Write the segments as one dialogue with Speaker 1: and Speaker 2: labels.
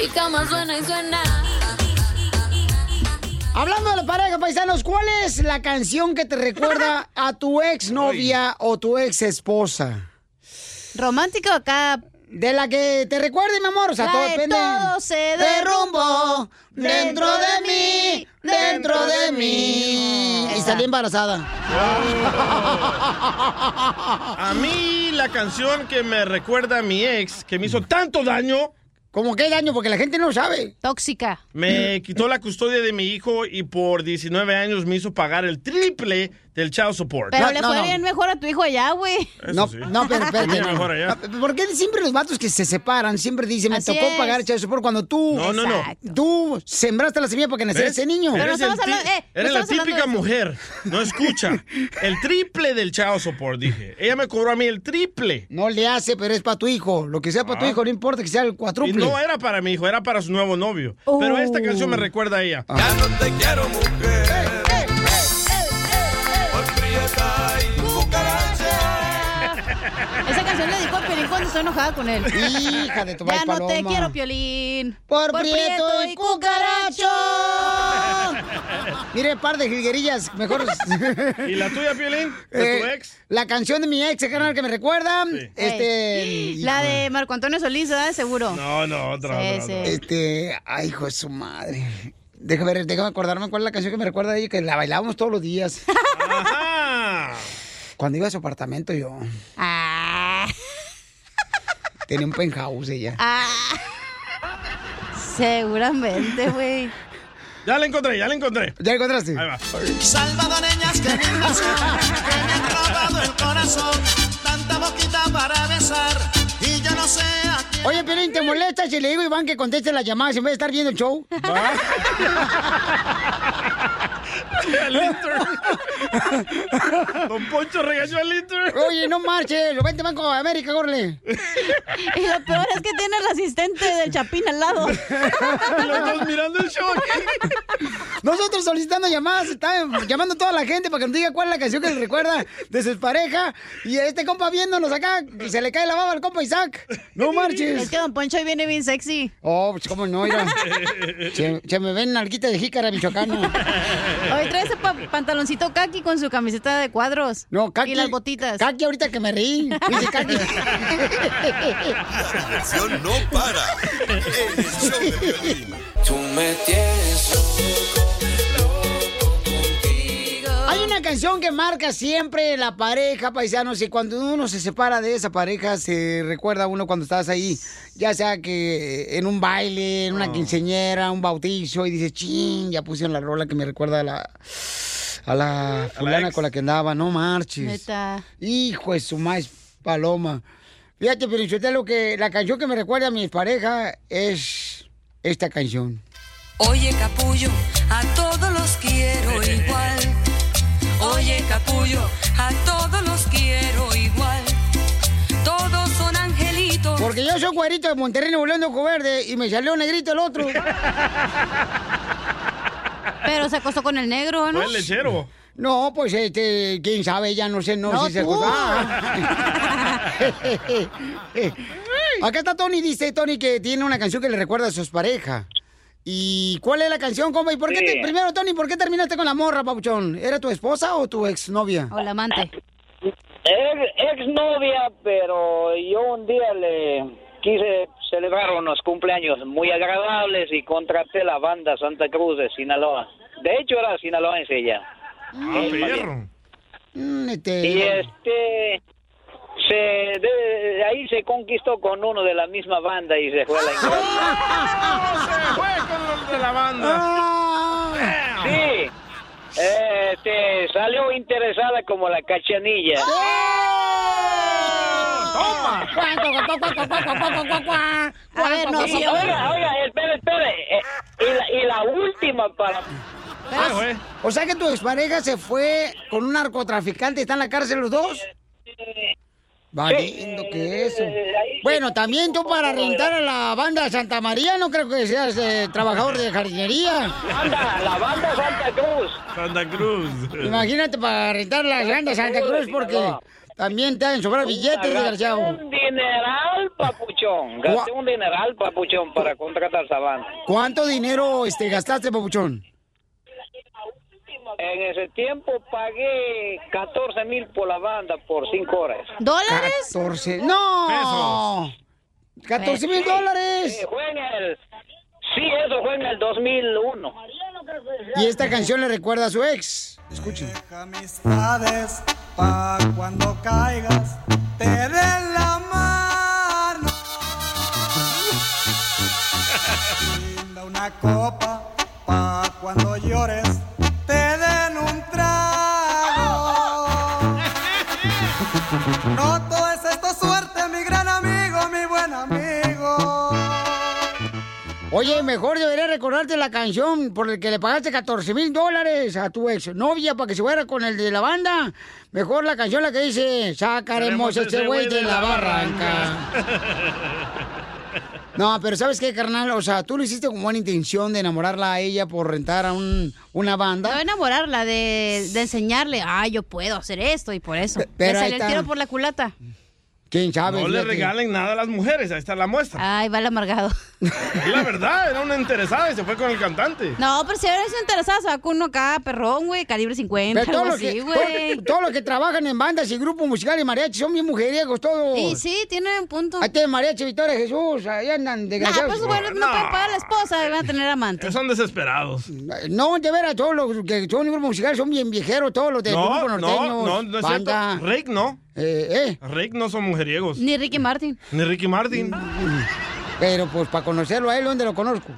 Speaker 1: Mi cama suena y suena.
Speaker 2: Hablando de la pareja, paisanos, ¿cuál es la canción que te recuerda a tu ex novia o tu ex esposa?
Speaker 3: Romántico acá.
Speaker 2: De la que te recuerde, mi amor. O sea,
Speaker 3: La
Speaker 2: todo
Speaker 3: de
Speaker 2: depende.
Speaker 3: todo se
Speaker 2: derrumbó
Speaker 3: dentro de mí,
Speaker 2: dentro de mí. Y salí embarazada.
Speaker 4: A mí la canción que me recuerda a mi ex, que me hizo tanto daño,
Speaker 2: ¿Cómo qué daño? Porque la gente no sabe.
Speaker 3: Tóxica.
Speaker 4: me quitó la custodia de mi hijo y por 19 años me hizo pagar el triple del child support.
Speaker 3: Pero
Speaker 2: No,
Speaker 3: le
Speaker 2: no,
Speaker 3: fue
Speaker 2: no.
Speaker 3: bien mejor a tu hijo allá, güey.
Speaker 4: Eso
Speaker 2: No,
Speaker 4: sí.
Speaker 2: no, pero espérate.
Speaker 4: Mira,
Speaker 2: no.
Speaker 4: mejor allá.
Speaker 2: No, ¿Por qué siempre los vatos que se separan siempre dicen, me
Speaker 3: Así
Speaker 2: tocó
Speaker 3: es.
Speaker 2: pagar el child support cuando tú,
Speaker 4: No, no, no.
Speaker 3: Exacto.
Speaker 2: tú sembraste la semilla para que naciera
Speaker 4: ¿Ves?
Speaker 2: ese niño?
Speaker 3: Pero-
Speaker 4: Eres,
Speaker 3: no
Speaker 4: el
Speaker 3: estamos
Speaker 4: ti-
Speaker 3: hablando- eh, no
Speaker 4: eres la
Speaker 3: estamos hablando
Speaker 4: típica
Speaker 3: de eso.
Speaker 4: mujer. No escucha. El triple del child support, dije. Ella me cobró a mí el triple.
Speaker 2: No le hace, pero es para tu hijo. Lo que sea para tu
Speaker 4: Ah.
Speaker 2: hijo, no importa que sea el cuatruple.
Speaker 4: Y no era para mi hijo, era para su nuevo novio.
Speaker 3: Oh.
Speaker 4: Pero esta canción me recuerda a ella.
Speaker 2: Ah.
Speaker 3: Esa canción le dijo a Piolín cuando estoy enojada con él.
Speaker 2: Hija de tu
Speaker 3: Ya
Speaker 2: madre,
Speaker 3: no te
Speaker 2: paloma.
Speaker 3: quiero, Piolín.
Speaker 2: Por, prieto, y cucaracho. Mire, par de jilguerillas, mejor.
Speaker 4: ¿Y la tuya, Piolín? ¿De
Speaker 2: Eh,
Speaker 4: tu ex?
Speaker 2: La canción de mi ex, eh, carnal, que me recuerda. Este.
Speaker 3: La de Marco Antonio Solís, ¿verdad? Seguro.
Speaker 4: No, no, otra,
Speaker 3: Sí,
Speaker 4: otra,
Speaker 3: sí.
Speaker 4: otra.
Speaker 2: Este. Ay, hijo de su madre. Déjame ver, déjame acordarme cuál es la canción que me recuerda a ella, que la bailábamos todos los días.
Speaker 4: Ajá.
Speaker 2: Cuando iba a su apartamento, yo
Speaker 3: Ah,
Speaker 2: tenía un penthouse ella.
Speaker 3: ah. Seguramente, güey.
Speaker 4: Ya la encontré, ya la encontré.
Speaker 2: ¿Ya encontraste?
Speaker 4: Ahí va.
Speaker 5: Salvadoreñas que me invasionan, que me han robado el corazón, tanta boquita para besar y yo no sé a quién.
Speaker 2: Oye, Pelín, ¿te molesta si le digo a Iván que conteste las llamadas en vez de estar viendo el show?
Speaker 4: Al Inter. Don Poncho regañó al Inter.
Speaker 2: Oye, no marches, vente Banco de América, gorle.
Speaker 3: Y lo peor es que tiene al asistente del Chapín al lado.
Speaker 4: Los dos mirando el show aquí.
Speaker 2: Nosotros solicitando llamadas, está llamando a toda la gente para que nos diga cuál es la canción que le recuerda de su pareja. Y este compa viéndonos acá, se le cae la baba al compa Isaac. No
Speaker 3: Es
Speaker 2: marches.
Speaker 3: que Don Poncho hoy viene bien sexy.
Speaker 2: Oh, pues cómo no, mira. Se, se me ven narquita de jícara michoacano.
Speaker 3: Hoy trae ese pa- pantaloncito kaki con su camiseta de cuadros.
Speaker 2: No, Kaki.
Speaker 3: Y las botitas.
Speaker 2: Kaki, ahorita que me reí. Dice Kaki.
Speaker 6: La diversión no para. En el show de violín. Tú me tienes
Speaker 2: Hay una canción que marca siempre la pareja, paisanos, y cuando uno se separa de esa pareja, se recuerda a uno cuando estás ahí, ya sea que eh, en un baile, en una quinceñera, un bautizo, y dices, ching, ya pusieron la rola que me recuerda a la, a la fulana
Speaker 4: ex.
Speaker 2: con la que andaba, no marches.
Speaker 3: Neta.
Speaker 2: Hijo de su más paloma. Fíjate, pero lo que la canción que me recuerda a mi pareja es esta canción.
Speaker 7: Oye capullo, a todos los quiero igual. Oye capullo, a todos los quiero igual. Todos son angelitos.
Speaker 2: Porque yo soy cuerito de Monterrey, Nuevo León de Ojo Verde, y me salió negrito el otro.
Speaker 3: Pero se acostó con el negro, ¿no?
Speaker 4: Fue el lechero.
Speaker 2: No, pues este, quién sabe, ya no sé, no,
Speaker 3: No,
Speaker 2: si se
Speaker 3: tú.
Speaker 2: Ah. Acá está Tony, dice Tony que tiene una canción que le recuerda a sus parejas. ¿Y cuál es la canción, compa? ¿Y por qué
Speaker 8: Sí.
Speaker 2: te- primero, Tony, por qué terminaste con la morra, Pauchón? ¿Era tu esposa o tu exnovia?
Speaker 3: O la amante.
Speaker 8: Ex, novia, pero yo un día le quise
Speaker 9: celebrar unos cumpleaños muy agradables y contraté la banda Santa Cruz de Sinaloa. De hecho, era sinaloense ella.
Speaker 2: Ah,
Speaker 9: Él más bien. Y
Speaker 2: Nete.
Speaker 9: este se de- de ahí se conquistó con uno de la misma banda y se fue a la
Speaker 8: Ah,
Speaker 5: Ah,
Speaker 10: ¡Se fue con los de la
Speaker 8: Ah.
Speaker 10: banda!
Speaker 9: Sí. Este, salió interesada como la cachanilla.
Speaker 10: ¡Toma!
Speaker 2: A
Speaker 3: ver, no,
Speaker 9: Y
Speaker 3: sí,
Speaker 9: ahora, ahora, espere, espere. eh, Y la, y la última para...
Speaker 2: Ah, O sea que tu expareja se fue con un narcotraficante, está en la cárcel los dos.
Speaker 9: Eh,
Speaker 2: Valiendo que eso. Bueno, también tú para rentar a la banda Santa María, no creo que seas eh, trabajador de jardinería.
Speaker 9: Anda, la banda Santa Cruz.
Speaker 10: Santa Cruz.
Speaker 2: Imagínate para rentar la banda Santa Cruz porque también te han sobrado billetes, desgraciado.
Speaker 9: Un dineral, papuchón. Gasté un dineral, papuchón, para contratar esa banda.
Speaker 2: ¿Cuánto dinero este, gastaste, papuchón?
Speaker 9: En ese tiempo pagué 14 mil por la banda por 5 horas.
Speaker 2: ¿Dólares? 14. ¡No! 14 mil dólares.
Speaker 9: Sí, fue en el- sí, eso fue en el 2001.
Speaker 2: Y esta canción le recuerda a su ex. Escuchen.
Speaker 5: Amistades, pa' cuando caigas, te den la mano. Brinda una copa, pa' cuando llores, te den un trago. No todo es esto suerte, mi gran amigo, mi buen amigo.
Speaker 2: Oye, mejor debería recordarte la canción por la que le pagaste 14 mil dólares a tu ex novia para que se fuera con el de la banda. Mejor la canción la que dice, sacaremos a este güey de la barranca. No, pero ¿sabes qué, carnal? O sea, tú lo hiciste con buena intención de enamorarla a ella por rentar a un- una banda.
Speaker 3: No enamorarla, de, de enseñarle, ah, yo puedo hacer esto y por eso.
Speaker 2: pero
Speaker 3: Le
Speaker 2: ahí
Speaker 3: salió el
Speaker 2: está.
Speaker 3: tiro por la culata.
Speaker 2: ¿Quién sabe?
Speaker 10: No le
Speaker 2: Fíjate.
Speaker 10: regalen nada a las mujeres, ahí está la muestra.
Speaker 3: Ay, va el amargado.
Speaker 10: Y la verdad, era una interesada y se fue con el cantante.
Speaker 3: No, pero si ahora es interesada, se va con uno acá, perrón, güey, calibre 50,
Speaker 2: Pero todos
Speaker 3: algo
Speaker 2: los, que,
Speaker 3: así,
Speaker 2: todo-
Speaker 3: güey.
Speaker 2: todos los que trabajan en bandas y grupos musicales y mariachi son bien mujeriegos todos.
Speaker 3: Sí, sí, tiene un punto.
Speaker 2: Ahí está mariachi Victoria Jesús, ahí andan
Speaker 3: Nah,
Speaker 2: desgraciados.
Speaker 3: pues bueno, no, pueden pagar a la esposa, van a tener amante.
Speaker 10: Son desesperados.
Speaker 2: No, de veras, todos los que son grupos musicales son bien viejeros, todos los de grupo
Speaker 10: No, no,
Speaker 2: norteño.
Speaker 10: no, no es cierto.
Speaker 2: banda.
Speaker 10: Rick no.
Speaker 2: Eh,
Speaker 10: Rick no son mujeriegos.
Speaker 3: Ni Ricky Martin.
Speaker 10: Ni Ricky Martin.
Speaker 2: Pero pues para conocerlo a él, ¿dónde lo conozco?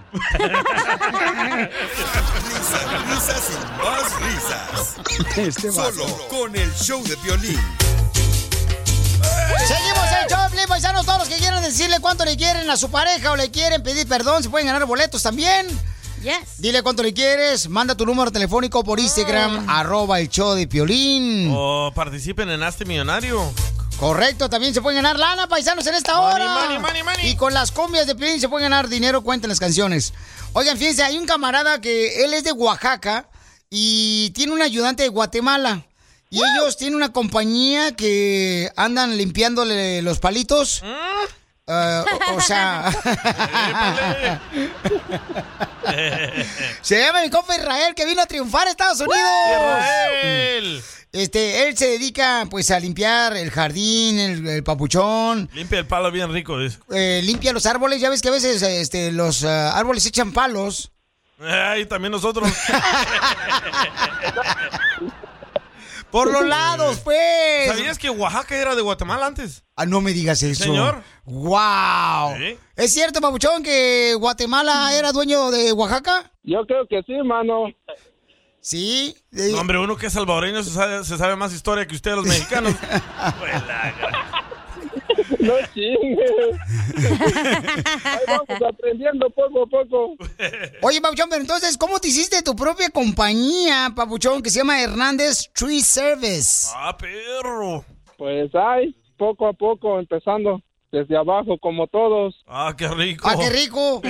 Speaker 11: Risas, risas y más risas.
Speaker 2: Este vato.
Speaker 11: Solo con el show de violín.
Speaker 2: Seguimos el show, Piolín, paisanos, todos los que quieran decirle cuánto le quieren a su pareja o le quieren pedir perdón, se pueden ganar boletos también.
Speaker 3: Yes.
Speaker 2: Dile cuánto le quieres, manda tu número telefónico por Instagram,
Speaker 12: Mm.
Speaker 2: arroba el show de Piolín.
Speaker 4: O participen en Hazte Millonario.
Speaker 2: Correcto, también se pueden ganar lana, paisanos, en esta
Speaker 4: Money,
Speaker 2: hora.
Speaker 4: money, money, money.
Speaker 2: Y con las cumbias de Piolín se pueden ganar dinero, cuenten las canciones. Oigan, fíjense, hay un camarada que él es de Oaxaca y tiene un ayudante de Guatemala. Y ellos tienen una compañía que andan limpiándole los palitos.
Speaker 4: ¿Mm?
Speaker 2: Ah, o, o sea... se llama mi compa Israel, que vino a triunfar a Estados Unidos.
Speaker 4: ¡Israel!
Speaker 2: Este, él se dedica pues a limpiar el jardín, el, el papuchón,
Speaker 4: Limpia el palo bien rico, dice.
Speaker 2: eh, limpia los árboles, ya ves que a veces este, los ah, árboles echan palos.
Speaker 4: Ay, Eh, también nosotros.
Speaker 2: Por los lados, pues.
Speaker 4: ¿Sabías que Oaxaca era de Guatemala antes?
Speaker 2: Ah, no me digas eso.
Speaker 4: Señor.
Speaker 2: ¡Wow!
Speaker 4: Sí.
Speaker 2: ¿Es cierto, papuchón, que Guatemala era dueño de Oaxaca?
Speaker 13: Yo creo que sí, mano.
Speaker 2: Sí.
Speaker 4: No, hombre, uno que es salvadoreño se sabe, se sabe más historia que ustedes los mexicanos.
Speaker 13: No chingues. Ahí vamos aprendiendo poco a poco.
Speaker 2: Oye, papuchón, pero entonces, ¿cómo te hiciste tu propia compañía, papuchón, que se llama Hernández Tree Service?
Speaker 4: ah, perro.
Speaker 13: Pues ay, poco a poco, empezando desde abajo, como todos.
Speaker 4: Ah, qué rico.
Speaker 2: ¡Ah, qué rico!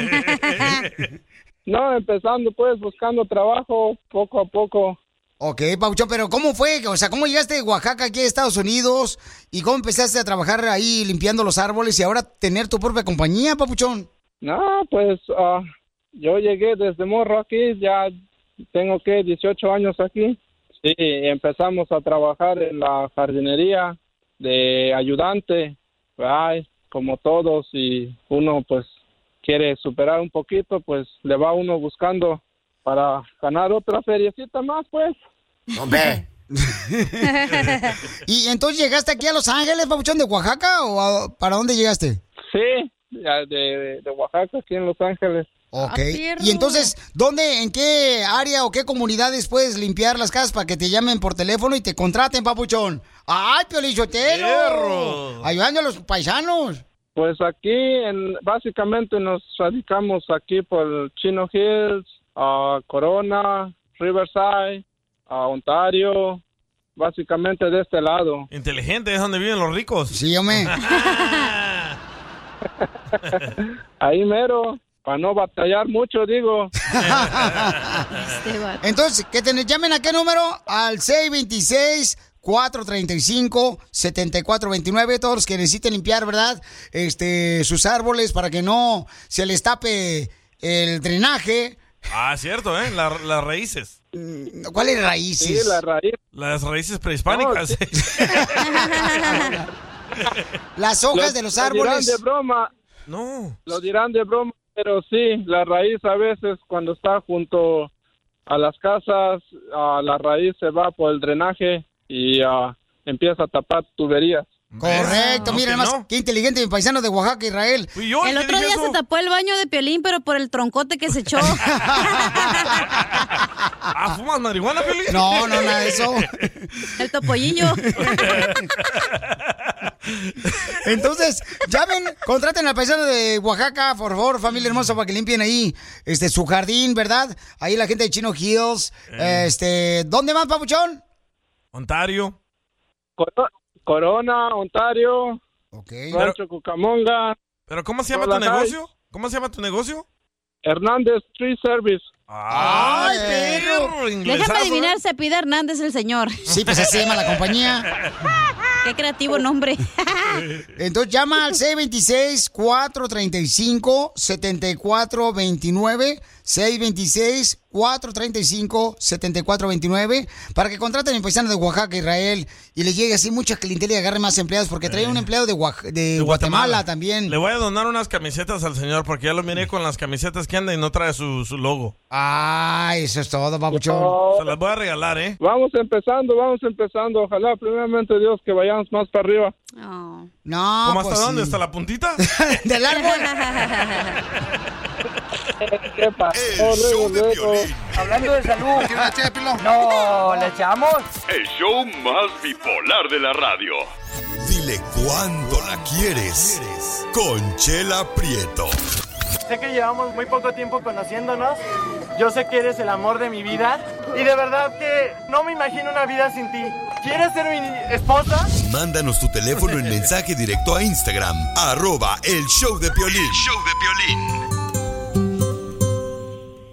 Speaker 13: No, empezando pues buscando trabajo, poco a poco.
Speaker 2: Ok, Pauchón, pero ¿cómo fue? O sea, ¿cómo llegaste de Oaxaca aquí a Estados Unidos? ¿Y cómo empezaste a trabajar ahí limpiando los árboles y ahora tener tu propia compañía, Papuchón?
Speaker 13: No, pues ah, yo llegué desde morro aquí, ya tengo que 18 años aquí. Sí, empezamos a trabajar en la jardinería de ayudante. Ay, como todos y uno pues quiere superar un poquito, pues le va uno buscando para ganar otra feriecita más, pues.
Speaker 2: Hombre. ¿Y entonces llegaste aquí a Los Ángeles, Papuchón, de Oaxaca? ¿O a- para dónde llegaste?
Speaker 13: Sí, ya de, de Oaxaca, aquí en Los Ángeles.
Speaker 2: Ok.
Speaker 13: Ah,
Speaker 2: Y entonces, ¿dónde, en qué área o qué comunidades puedes limpiar las casas para que te llamen por teléfono y te contraten, Papuchón? ¡Ay, Piolichotelo!
Speaker 13: Fierro.
Speaker 2: Ayudando a los paisanos.
Speaker 13: Pues aquí, en, básicamente nos radicamos aquí por Chino Hills, a Corona, Riverside, a Ontario, básicamente de este lado.
Speaker 4: Inteligente, es donde viven los ricos.
Speaker 2: Sí, hombre.
Speaker 13: Ahí mero, para no batallar mucho, digo.
Speaker 2: Entonces, que te llamen a qué número? Al 626 435 7429 todos los que necesiten limpiar, ¿verdad? Este sus árboles para que no se les tape el drenaje.
Speaker 4: Ah, cierto, ¿eh? La- las raíces.
Speaker 2: Mm, ¿Cuáles raíces?
Speaker 13: Sí, las raíces.
Speaker 4: Las raíces prehispánicas.
Speaker 2: Las hojas de los árboles.
Speaker 13: dirán de broma.
Speaker 4: No.
Speaker 13: Lo dirán de broma, pero sí, la raíz a veces cuando está junto a las casas, ah, la raíz se va por el drenaje y ah, empieza a tapar tuberías.
Speaker 2: Correcto, mira, además, qué inteligente mi paisano de Oaxaca, Israel.
Speaker 3: el otro día se tapó el baño de Piolín, pero por el troncote que se echó.
Speaker 4: Ah, ¿fumas marihuana, Piolín?
Speaker 2: No, no, nada de eso.
Speaker 3: El topollillo.
Speaker 2: Entonces, llamen, contraten al paisano de Oaxaca, por favor, familia hermosa, para que limpien ahí este su jardín, ¿verdad? Ahí la gente de Chino Hills. Este, ¿dónde más, papuchón?
Speaker 4: Ontario.
Speaker 13: Coro- Corona, Ontario, Rancho Cucamonga.
Speaker 4: ¿Pero cómo se llama tu
Speaker 13: Todas las
Speaker 4: negocio? ¿Cómo se llama tu negocio?
Speaker 13: Hernández Tree Service.
Speaker 4: ¡Ay, perro! inglesazo,
Speaker 3: Déjame adivinar, se pide Hernández el señor.
Speaker 2: Sí, pues así se llama la compañía.
Speaker 3: Qué creativo nombre.
Speaker 2: Entonces, llama al 626-435-7429. 626-435-7429 para que contraten a mi paisano de Oaxaca, Israel, y les llegue así mucha clientela y agarre más empleados, porque trae un empleado de, Oax- Eh. de Guatemala también.
Speaker 4: Le voy a donar unas camisetas al señor porque ya lo miré con las camisetas que anda y no trae su, su logo.
Speaker 2: Ay, eso es todo, papuchón.
Speaker 4: Se las voy a regalar, ¿eh?
Speaker 13: Vamos empezando, vamos empezando. Ojalá, primeramente Dios, que vayamos más para arriba.
Speaker 2: No.
Speaker 4: ¿Cómo
Speaker 13: pues
Speaker 4: hasta
Speaker 13: sí.
Speaker 4: dónde? ¿Hasta la puntita?
Speaker 2: Ah, Del
Speaker 13: ¿Qué pasó, luego, luego?
Speaker 2: Hablando de salud. No, ¿le echamos?
Speaker 14: El show más bipolar de la radio.
Speaker 11: Dile cuándo la quieres. Conchela Prieto.
Speaker 15: Sé que llevamos muy poco tiempo conociéndonos. Yo sé que eres el amor de mi vida. Y de verdad que no me imagino una vida sin ti. ¿Quieres ser mi esposa?
Speaker 11: Mándanos tu teléfono en mensaje directo a Instagram. Arroba el show de Piolín. show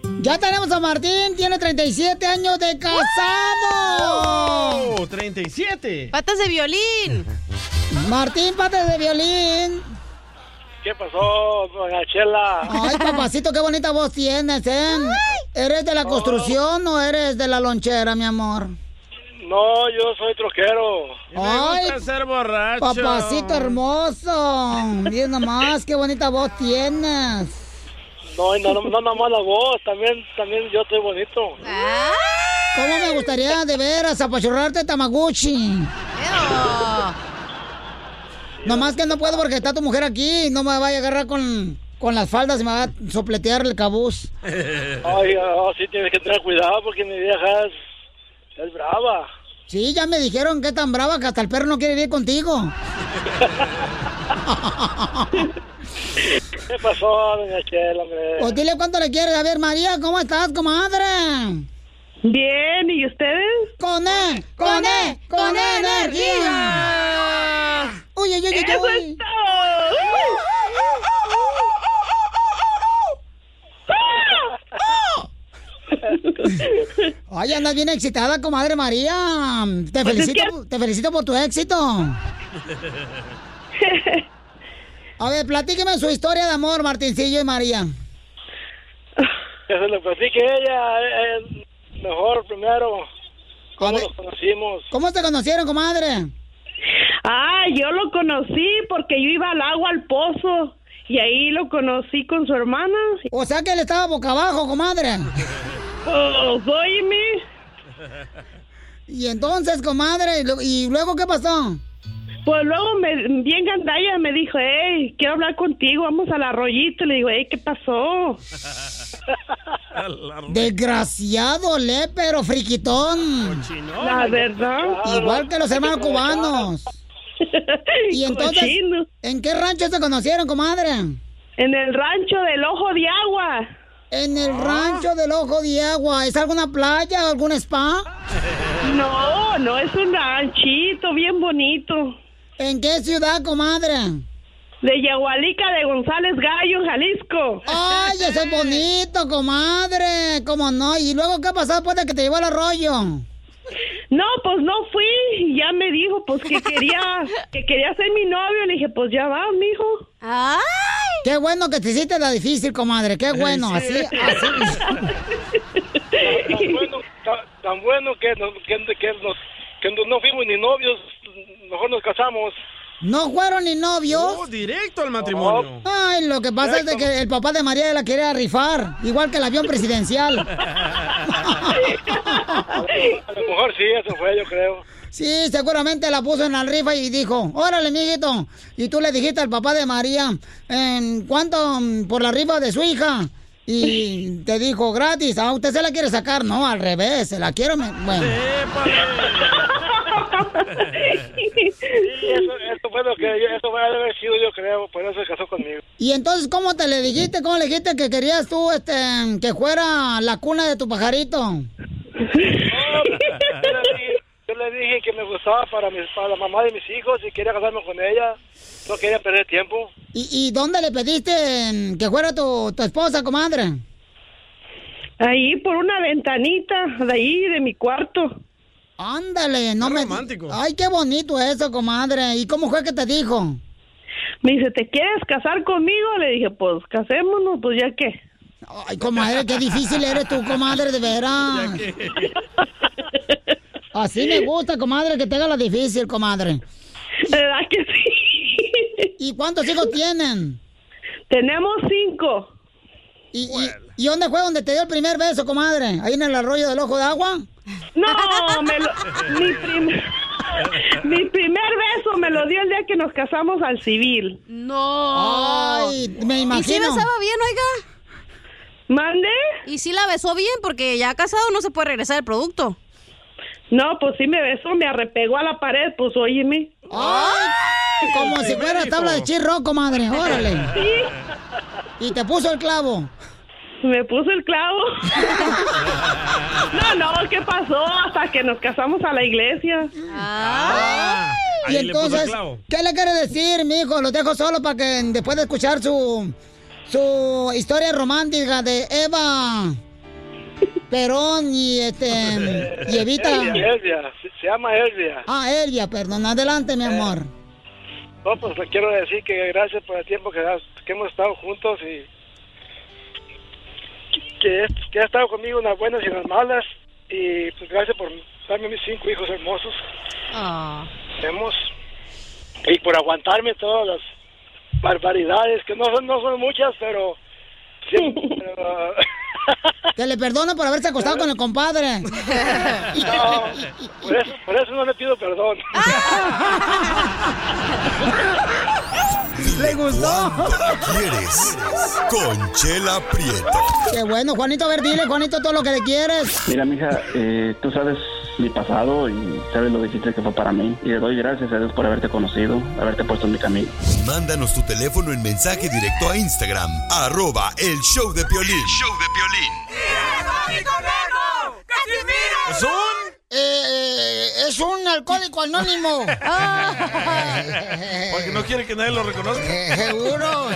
Speaker 11: de
Speaker 2: Ya tenemos a Martín, tiene 37 años de casado.
Speaker 10: Oh, 37.
Speaker 3: Patas de violín.
Speaker 2: Martín, patas de violín.
Speaker 16: ¿Qué pasó, doña Chela?
Speaker 2: Ay, papacito, qué bonita voz tienes, ¿eh? ¿Eres de la construcción o eres de la lonchera, mi amor?
Speaker 16: No, yo soy troquero.
Speaker 2: Ay,
Speaker 10: ser borracho.
Speaker 2: papacito hermoso. Mira nomás, qué bonita voz tienes.
Speaker 16: No, y no, no, no nada más la voz, también, también yo estoy bonito.
Speaker 2: ¿Cómo me gustaría de veras apachurrarte, Tamaguchi? Nomás que no puedo porque está tu mujer aquí. No me vaya a agarrar con, con las faldas y me va a sopletear el cabuz.
Speaker 16: Ay, ah, sí, tienes que tener cuidado porque mi vieja es, es brava.
Speaker 2: Sí, ya me dijeron que es tan brava que hasta el perro no quiere ir contigo.
Speaker 16: ¿Qué pasó, doña Chela, hombre?
Speaker 2: O dile cuánto le quieres. A ver, María, ¿cómo estás, comadre?
Speaker 8: Bien, ¿y ustedes?
Speaker 2: Con E, con E, con E energía. Uy, uy, uy, uy,
Speaker 8: E ¡Eso es
Speaker 2: uy.
Speaker 8: todo!
Speaker 2: Ay, andas bien excitada, comadre María. Te
Speaker 8: Pues es
Speaker 2: felicito,
Speaker 8: que-
Speaker 2: te felicito por tu éxito. A ver, platíqueme su historia de amor, Martincillo y María.
Speaker 16: Que se le platique a ella, eh, eh, mejor primero.
Speaker 2: A
Speaker 16: ¿Cómo
Speaker 2: ver,
Speaker 16: nos conocimos?
Speaker 2: ¿Cómo te conocieron, comadre?
Speaker 8: Ah, yo lo conocí porque yo iba al agua, al pozo. Y ahí lo conocí con su hermana.
Speaker 2: O sea que él estaba boca abajo, comadre.
Speaker 8: Oh, mi.
Speaker 2: Y entonces, comadre, ¿y lu- ¿y luego qué pasó?
Speaker 8: Pues luego me, bien gandalla me dijo, hey, quiero hablar contigo, vamos al arroyito. Le digo, hey, ¿qué pasó?
Speaker 2: Desgraciado, le, pero friquitón.
Speaker 8: La verdad.
Speaker 2: Igual que los hermanos cubanos. Y entonces,
Speaker 8: Cochino.
Speaker 2: ¿en qué rancho se conocieron, comadre?
Speaker 8: En el rancho del Ojo de Agua.
Speaker 2: En el rancho del Ojo de Agua. ¿Es alguna playa o algún spa?
Speaker 8: No, no, es un ranchito bien bonito.
Speaker 2: ¿En qué ciudad, comadre?
Speaker 8: De Yagualica de González Gallo, Jalisco.
Speaker 2: ¡Ay, eso es bonito, comadre! ¿Cómo no? ¿Y luego qué pasó después de que te llevó al arroyo?
Speaker 8: No, pues no fui. Y Ya me dijo, pues que quería, que quería ser mi novio. Le dije, pues ya va, mijo.
Speaker 2: ¡Ay! Qué bueno que te hiciste la difícil, comadre. Qué bueno. Así, así.
Speaker 16: Tan bueno, tan, tan bueno que, nos- que, que nos, que no- no fuimos ni novios, mejor nos casamos.
Speaker 2: ¿No fueron ni novios?
Speaker 10: Oh, directo al matrimonio.
Speaker 2: Ay, lo que pasa es de que el papá de María la quería rifar, igual que el avión presidencial.
Speaker 16: A lo mejor sí, eso fue, yo creo.
Speaker 2: Sí, seguramente la puso en la rifa y dijo, órale, mijito. Y tú le dijiste al papá de María, "Em, ¿cuánto mm, por la rifa de su hija? Y te dijo, gratis, a usted se la quiere sacar, no, al revés, se la quiero... me- Bueno.
Speaker 16: Sí, eso, eso fue lo que yo- eso fue de haber sido, yo creo, por eso se casó conmigo.
Speaker 2: Y entonces, ¿cómo te le dijiste? ¿Cómo le dijiste que querías tú este, que fuera la cuna de tu pajarito?
Speaker 16: Yo le, dije, yo le dije que me gustaba para, mis, para la mamá de mis hijos y quería casarme con ella. No quería perder tiempo.
Speaker 2: ¿Y, y dónde le pediste em, que fuera tu, tu esposa, comadre?
Speaker 8: Ahí por una ventanita, de ahí, de mi cuarto.
Speaker 2: Ándale, no me. Ay, qué bonito eso, comadre. ¿Y cómo fue que te dijo?
Speaker 8: Me dice, ¿te quieres casar conmigo? Le dije, pues casémonos, pues ya qué.
Speaker 2: Ay, comadre, qué difícil eres tú, comadre, de veras. Ah. Así me gusta, comadre, que te haga la difícil, comadre.
Speaker 8: ¿Verdad que sí?
Speaker 2: ¿Y cuántos hijos tienen?
Speaker 8: Tenemos cinco.
Speaker 2: ¿Y, y- y dónde fue donde te dio el primer beso, comadre? ¿Ahí en el arroyo del ojo de agua?
Speaker 8: No, me lo- mi, prim- mi primer beso me lo dio el día que nos casamos al civil.
Speaker 3: No.
Speaker 2: Ay, me
Speaker 3: ¿Y si
Speaker 2: imagino.
Speaker 3: besaba bien, oiga?
Speaker 8: ¿Mande?
Speaker 3: ¿Y si la besó bien? Porque ya casado no se puede regresar el producto.
Speaker 8: No, pues sí me besó, me arrepegó a la pared, pues óyeme.
Speaker 2: ¡Ay! Como si fuera
Speaker 8: hijo.
Speaker 2: tabla de chirro, comadre. Órale. Y te puso el clavo.
Speaker 8: Me puso el clavo. No, no, ¿qué pasó? Hasta que nos casamos a la iglesia.
Speaker 2: Y entonces, ¿qué le quiere decir, mijo? Los dejo solo para que después de escuchar su, su historia romántica de Eva Perón y este y
Speaker 16: Elvia,
Speaker 2: Evita.
Speaker 16: Elvia, se, se llama Elvia.
Speaker 2: Ah, Elvia, perdón. Adelante, mi amor.
Speaker 16: No, pues le quiero decir que gracias por el tiempo que, has- que hemos estado juntos y que, que ha estado conmigo en las buenas y en las malas. Y pues gracias por darme mis cinco hijos hermosos. Tenemos. Y por aguantarme todas las barbaridades, que no son, no son muchas, pero... siempre- pero,
Speaker 2: Que le perdono por haberse acostado con el compadre.
Speaker 16: no, por eso, por eso no le pido perdón.
Speaker 2: ¿Le gustó?
Speaker 11: ¿Quieres? Conchela Prieto.
Speaker 2: Qué bueno, Juanito, a ver, dile, Juanito, todo lo que le quieres.
Speaker 17: Mira, mija, eh, tú sabes mi pasado y sabes lo difícil que fue para mí. Y le doy gracias a Dios por haberte conocido, haberte puesto en mi camino.
Speaker 11: Mándanos tu teléfono en mensaje directo a Instagram. Arroba el show de Piolín. Show de Piolín.
Speaker 2: ¿Es un? Eh, es un alcohólico anónimo.
Speaker 16: Ah.
Speaker 4: Porque no quiere que nadie lo reconozca.
Speaker 2: Seguro.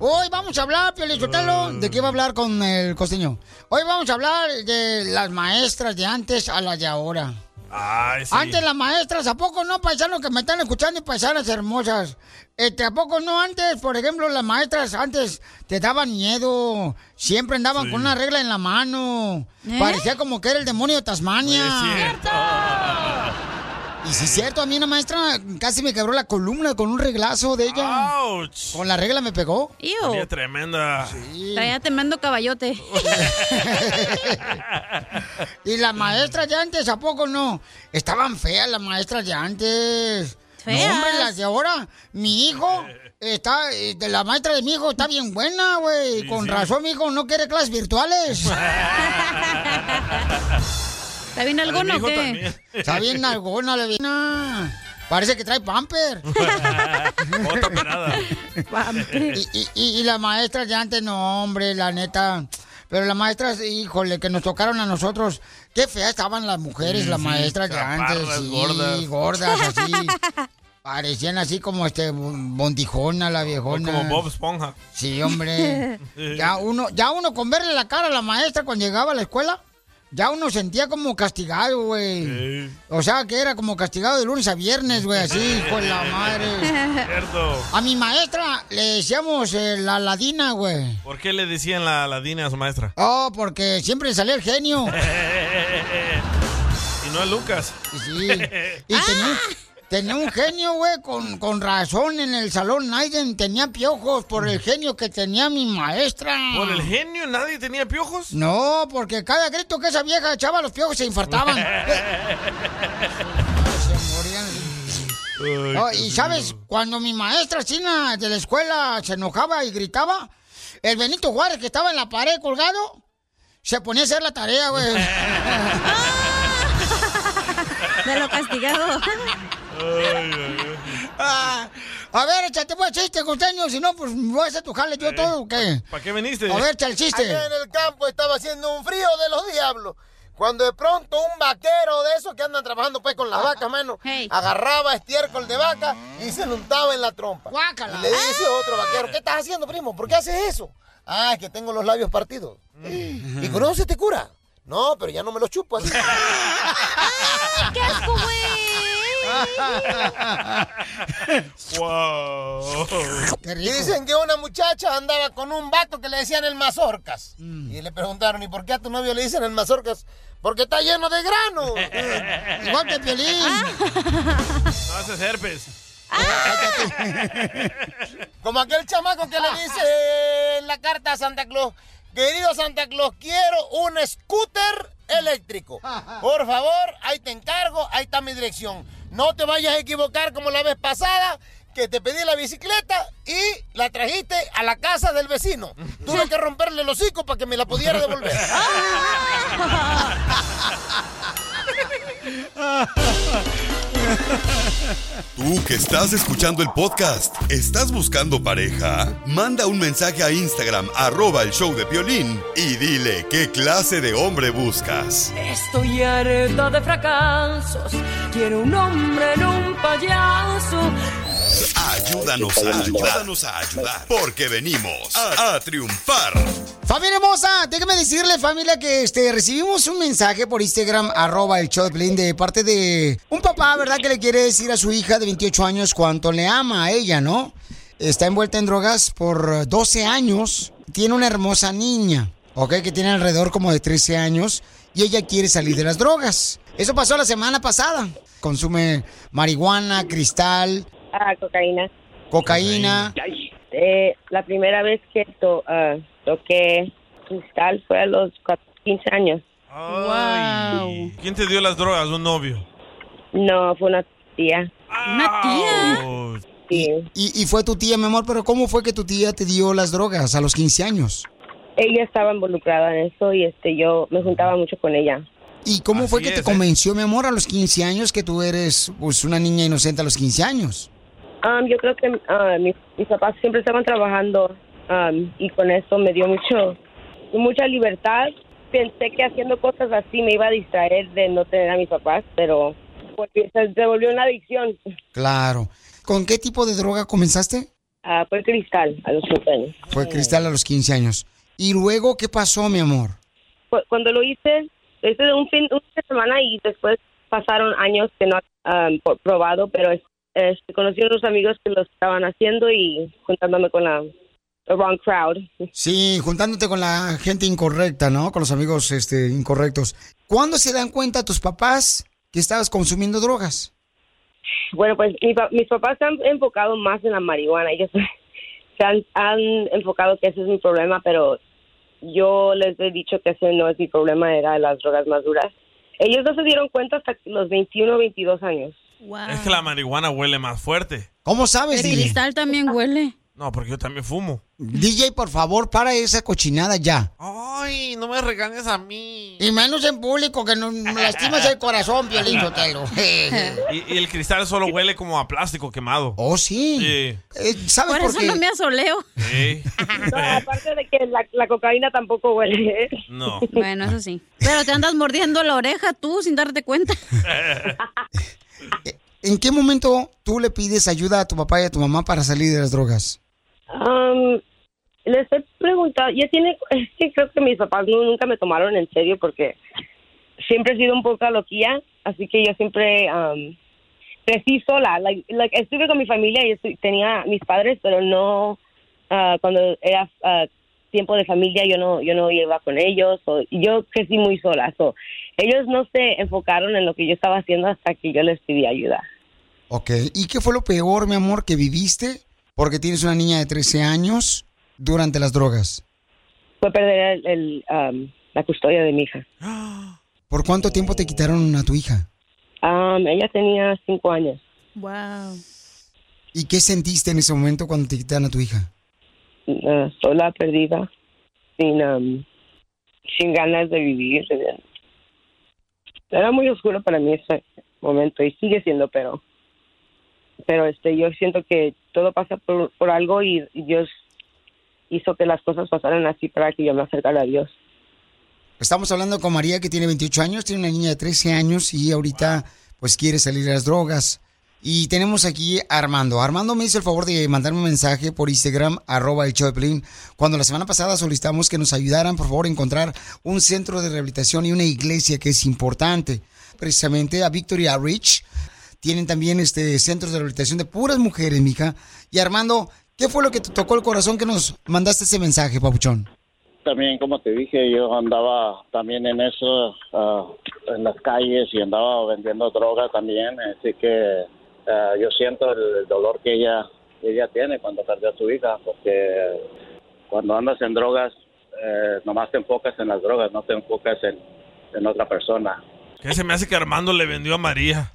Speaker 2: Hoy vamos a hablar, Piolichotelo. ¿De qué va a hablar con el costeño? Hoy vamos a hablar de las maestras de antes a las de ahora.
Speaker 5: Eh,
Speaker 4: Ay, sí.
Speaker 2: Antes las maestras, ¿a poco no, paisanos que me están escuchando y paisanas hermosas? Este, ¿A poco no antes, por ejemplo, las maestras antes te daban miedo? Siempre andaban con una regla en la mano. Parecía como que era el demonio de Tasmania. Y si es cierto, a mí una maestra casi me quebró la columna con un reglazo de ella. Con la regla me pegó.
Speaker 4: Sería tremenda.
Speaker 3: Traía tremendo caballote.
Speaker 2: Y las maestras de antes, ¿a poco no? Estaban feas las maestras de antes.
Speaker 3: Feas.
Speaker 2: No, hombre, las de ahora. Mi hijo, está, eh, de la maestra de mi hijo está bien buena, güey. Con
Speaker 3: sí.
Speaker 2: razón, mi hijo no quiere clases virtuales.
Speaker 3: ¿Está bien algona o qué?
Speaker 2: Está bien algona, la vina. Parece que trae pamper. y, y- y- y la maestra de antes, no, hombre, la neta. Pero las maestras, híjole, que nos tocaron a nosotros. Qué feas estaban las mujeres,
Speaker 5: Sí,
Speaker 2: las
Speaker 5: sí,
Speaker 2: maestras de
Speaker 5: chaparras,
Speaker 2: antes. Sí,
Speaker 5: gordas.
Speaker 2: gordas. así. Parecían así como este bondijona, la viejona.
Speaker 4: Como Bob Esponja.
Speaker 2: Sí, hombre. Ya uno, ya uno con verle la cara a la maestra cuando llegaba a la escuela, ya uno sentía como castigado, güey. O sea, que era como castigado de lunes a viernes, güey, así, con la madre.
Speaker 4: Cierto.
Speaker 2: A mi maestra le decíamos eh, la ladina, güey.
Speaker 4: ¿Por qué le decían la ladina a su maestra?
Speaker 2: Oh, porque siempre salía el genio.
Speaker 4: y no a Lucas.
Speaker 2: Sí. Y tenía, un- tenía un genio, güey, con, con razón en el salón. Nadie tenía piojos por el genio que tenía mi maestra.
Speaker 4: ¿Por el genio nadie tenía piojos?
Speaker 2: No, porque cada grito que esa vieja echaba los piojos se infartaban. Oh, y sabes, cuando mi maestra China de la escuela se enojaba y gritaba, el Benito Juárez que estaba en la pared colgado, se ponía a hacer la tarea, güey. De lo castigado. Ah, a ver, échate pues chiste, costeño, si no, pues voy a hacer tu jale yo todo, ¿o ¿qué?
Speaker 4: ¿Para qué viniste?
Speaker 2: A ver, echa el chiste.
Speaker 12: Allá en el campo estaba haciendo un frío de los diablos. Cuando de pronto un vaquero de esos que andan trabajando pues con las vacas, mano, agarraba estiércol de vaca y se lo untaba en la trompa. Y le dice otro vaquero, ¿qué estás haciendo, primo? ¿Por qué haces eso? Ah, es que tengo los labios partidos. ¿Y con eso se te cura? No, pero ya no me los chupo así. ¡Qué asco,
Speaker 4: wow.
Speaker 12: Y dicen que una muchacha andaba con un vato que le decían el mazorcas.
Speaker 4: Mm.
Speaker 12: Y le preguntaron, ¿y por qué a tu novio le dicen el mazorcas? Porque está lleno de grano. Ah.
Speaker 4: Igual que
Speaker 2: Piolín.
Speaker 4: No haces herpes.
Speaker 12: Como aquel chamaco que
Speaker 2: Ah.
Speaker 12: le dice en la carta a Santa Claus, querido Santa Claus, quiero un scooter eléctrico.
Speaker 2: Ah.
Speaker 12: Por favor, ahí te encargo, ahí está mi dirección. No te vayas a equivocar como la vez pasada, que te pedí la bicicleta y la trajiste a la casa del vecino. Tuve que romperle el hocico para que me la pudiera devolver.
Speaker 11: Tú que estás escuchando el podcast, ¿estás buscando pareja? Manda un mensaje a Instagram, arroba el show de Piolín, y dile qué clase de hombre buscas.
Speaker 18: Estoy harta de fracasos. Quiero un hombre en un payaso.
Speaker 11: Ayúdanos a ayudarnos a ayudar, porque venimos a, a triunfar.
Speaker 2: Familia hermosa, déjame decirle, familia, que este, recibimos un mensaje por Instagram, arroba el show de Piolín, de parte de un papá, ¿verdad? Que le quiere decir a su hija de 28 años cuánto le ama a ella, ¿no? Está envuelta en drogas por eh, 12 años, tiene una hermosa niña, ¿ok? Que tiene alrededor como de 13 años y ella quiere salir de las drogas. Eso pasó la semana pasada. Consume marihuana, cristal,
Speaker 19: Ah, cocaína.
Speaker 2: cocaína.
Speaker 19: Eh, la primera vez que to- ah, toqué cristal fue a los cua- 15 años.
Speaker 4: Ay. ¿Quién te dio las drogas? ¿Un novio?
Speaker 19: No, fue una tía.
Speaker 2: Ah.
Speaker 3: ¿Una tía?
Speaker 19: Sí.
Speaker 2: Y, y fue tu tía, mi amor, pero ¿cómo fue que tu tía te dio las drogas a los 15 años?
Speaker 19: Ella estaba involucrada en eso y este yo me juntaba mucho con ella.
Speaker 2: ¿Y cómo fue
Speaker 19: Así
Speaker 2: que te
Speaker 19: es, ¿eh?
Speaker 2: convenció, mi amor, a los 15 años que tú eres pues, una niña inocente a los 15 años?
Speaker 19: Um, yo creo que ah, mis, mis papás siempre estaban trabajando um, y con eso me dio mucho mucha libertad. Pensé que haciendo cosas así me iba a distraer de no tener a mis papás, pero volvió- se se volvió una adicción.
Speaker 2: Claro. ¿Con qué tipo de droga comenzaste?
Speaker 19: Ah, fue cristal a los 15 años.
Speaker 2: Fue cristal a los 15 años. ¿Y luego qué pasó, mi amor?
Speaker 19: Cu- cuando lo hice, lo hice de un fin, un fin de semana y después pasaron años que no había um, po- probado, pero es- este, conocí unos amigos que lo estaban haciendo y juntándome con la the wrong crowd.
Speaker 2: Sí, juntándote con la gente incorrecta, ¿no? Con los amigos este, incorrectos. ¿Cuándo se dan cuenta tus papás que estabas consumiendo drogas?
Speaker 19: Bueno, pues mi pa- mis papás se han enfocado más en la marihuana. Ellos se han, han enfocado que ese es mi problema, pero yo les he dicho que ese no es mi problema, era las drogas más duras. Ellos no se dieron cuenta hasta los 21 o 22 años.
Speaker 5: Ah.
Speaker 4: Es que la marihuana huele más fuerte.
Speaker 2: ¿Cómo sabes,
Speaker 3: El
Speaker 2: DJ?
Speaker 3: cristal también huele.
Speaker 4: No, porque yo también fumo.
Speaker 2: DJ, por favor, para esa cochinada ya.
Speaker 4: Ay, no me regañes a mí.
Speaker 2: Y menos en público, que nos lastimas el corazón, Piolín Sotelo. Eh,
Speaker 4: Y, y el cristal solo huele como a plástico quemado.
Speaker 2: Oh, sí. Eh,
Speaker 3: Por, eso no me asoleo.
Speaker 4: Sí. Eh,
Speaker 19: Aparte de que la, la cocaína tampoco huele. ¿eh?
Speaker 4: No.
Speaker 3: Bueno, eso sí. Pero te andas mordiendo la oreja tú sin darte cuenta.
Speaker 2: ¿En qué momento tú le pides ayuda a tu papá y a tu mamá para salir de las drogas?
Speaker 19: Um, les he preguntado, ya tiene, es que creo que mis papás nu- nunca me tomaron en serio porque siempre he sido un poco loquía, así que yo siempre um, crecí sola. Like, like, estuve con mi familia y estu- tenía a mis padres, pero no ah, cuando era ah, tiempo de familia yo no yo no iba con ellos. o- yo crecí muy sola. so, ellos no se enfocaron en lo que yo estaba haciendo hasta que yo les pedí ayuda.
Speaker 2: Ok, ¿y qué fue lo peor, mi amor, que viviste? Porque tienes una niña de 13 años durante las drogas.
Speaker 19: Fue perder el- el, um, la custodia de mi hija.
Speaker 2: ¿Por cuánto tiempo te quitaron a tu hija?
Speaker 19: Um, ella tenía cinco años.
Speaker 3: Wow.
Speaker 2: ¿Y qué sentiste en ese momento cuando te quitaron a tu hija?
Speaker 19: Ah, sola, perdida, sin, um, sin ganas de vivir. Era muy oscuro para mí ese momento y sigue siendo, pero pero este yo siento que todo pasa por, por algo y, y Dios hizo que las cosas pasaran así para que yo me acercara a Dios.
Speaker 2: Estamos hablando con María que tiene 28 años, tiene una niña de 13 años y ahorita pues quiere salir de las drogas. Y tenemos aquí a Armando. Armando me hizo el favor de mandarme un mensaje por Instagram, arroba el show de Piolín, Cuando la semana pasada solicitamos que nos ayudaran, por favor, a encontrar un centro de rehabilitación y una iglesia que es importante. Precisamente a Victoria Rich. Tienen también este centros de rehabilitación de puras mujeres, mija. Y Armando, ¿qué fue lo que te tocó el corazón que nos mandaste ese mensaje, papuchón?
Speaker 17: También, como te dije, yo andaba también en eso, ah, en las calles y andaba vendiendo droga también, así que ah, yo siento el, el dolor que ella, que ella tiene cuando perdió a su hija, porque cuando andas en drogas, eh, nomás te enfocas en las drogas, no te enfocas en, en otra persona.
Speaker 4: Que se me hace que Armando le vendió a María.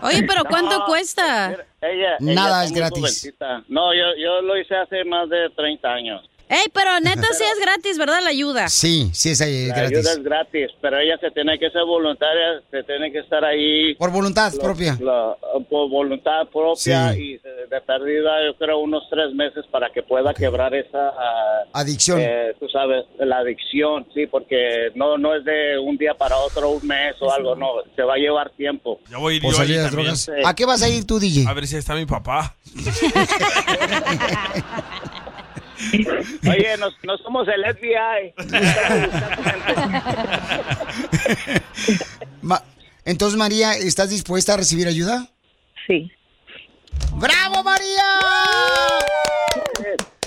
Speaker 3: Oye, pero ¿cuánto
Speaker 17: No,
Speaker 3: cuesta?
Speaker 17: Ella, ella está
Speaker 3: Nada es
Speaker 17: muy
Speaker 3: gratis.
Speaker 17: jovencita. No, yo, yo lo hice hace más de 30 años.
Speaker 3: Ey, pero neta sí es gratis, ¿verdad? La ayuda.
Speaker 2: Sí, sí es ahí,
Speaker 17: La
Speaker 2: gratis.
Speaker 17: ayuda es gratis, pero ella se tiene que ser voluntaria, se tiene que estar ahí.
Speaker 2: Por voluntad propia.
Speaker 17: la- por voluntad propia
Speaker 2: Sí.
Speaker 17: y eh, de perdida, yo creo, unos tres meses para que pueda quebrar esa. ah,
Speaker 2: Adicción.
Speaker 17: eh, tú sabes, la adicción, sí, porque no, no es de un día para otro, un mes o algo, no, se va a llevar tiempo.
Speaker 4: Ya voy a ir
Speaker 17: Por
Speaker 4: yo
Speaker 17: salir
Speaker 4: allí
Speaker 17: de las
Speaker 4: también.
Speaker 17: drogas. ¿A qué
Speaker 2: vas a ir tú, DJ?
Speaker 4: A ver si está mi papá.
Speaker 17: Oye, no, no somos el FBI.
Speaker 2: Ma- Entonces, María, ¿estás dispuesta a recibir ayuda?
Speaker 19: Sí.
Speaker 2: ¡Bravo, María!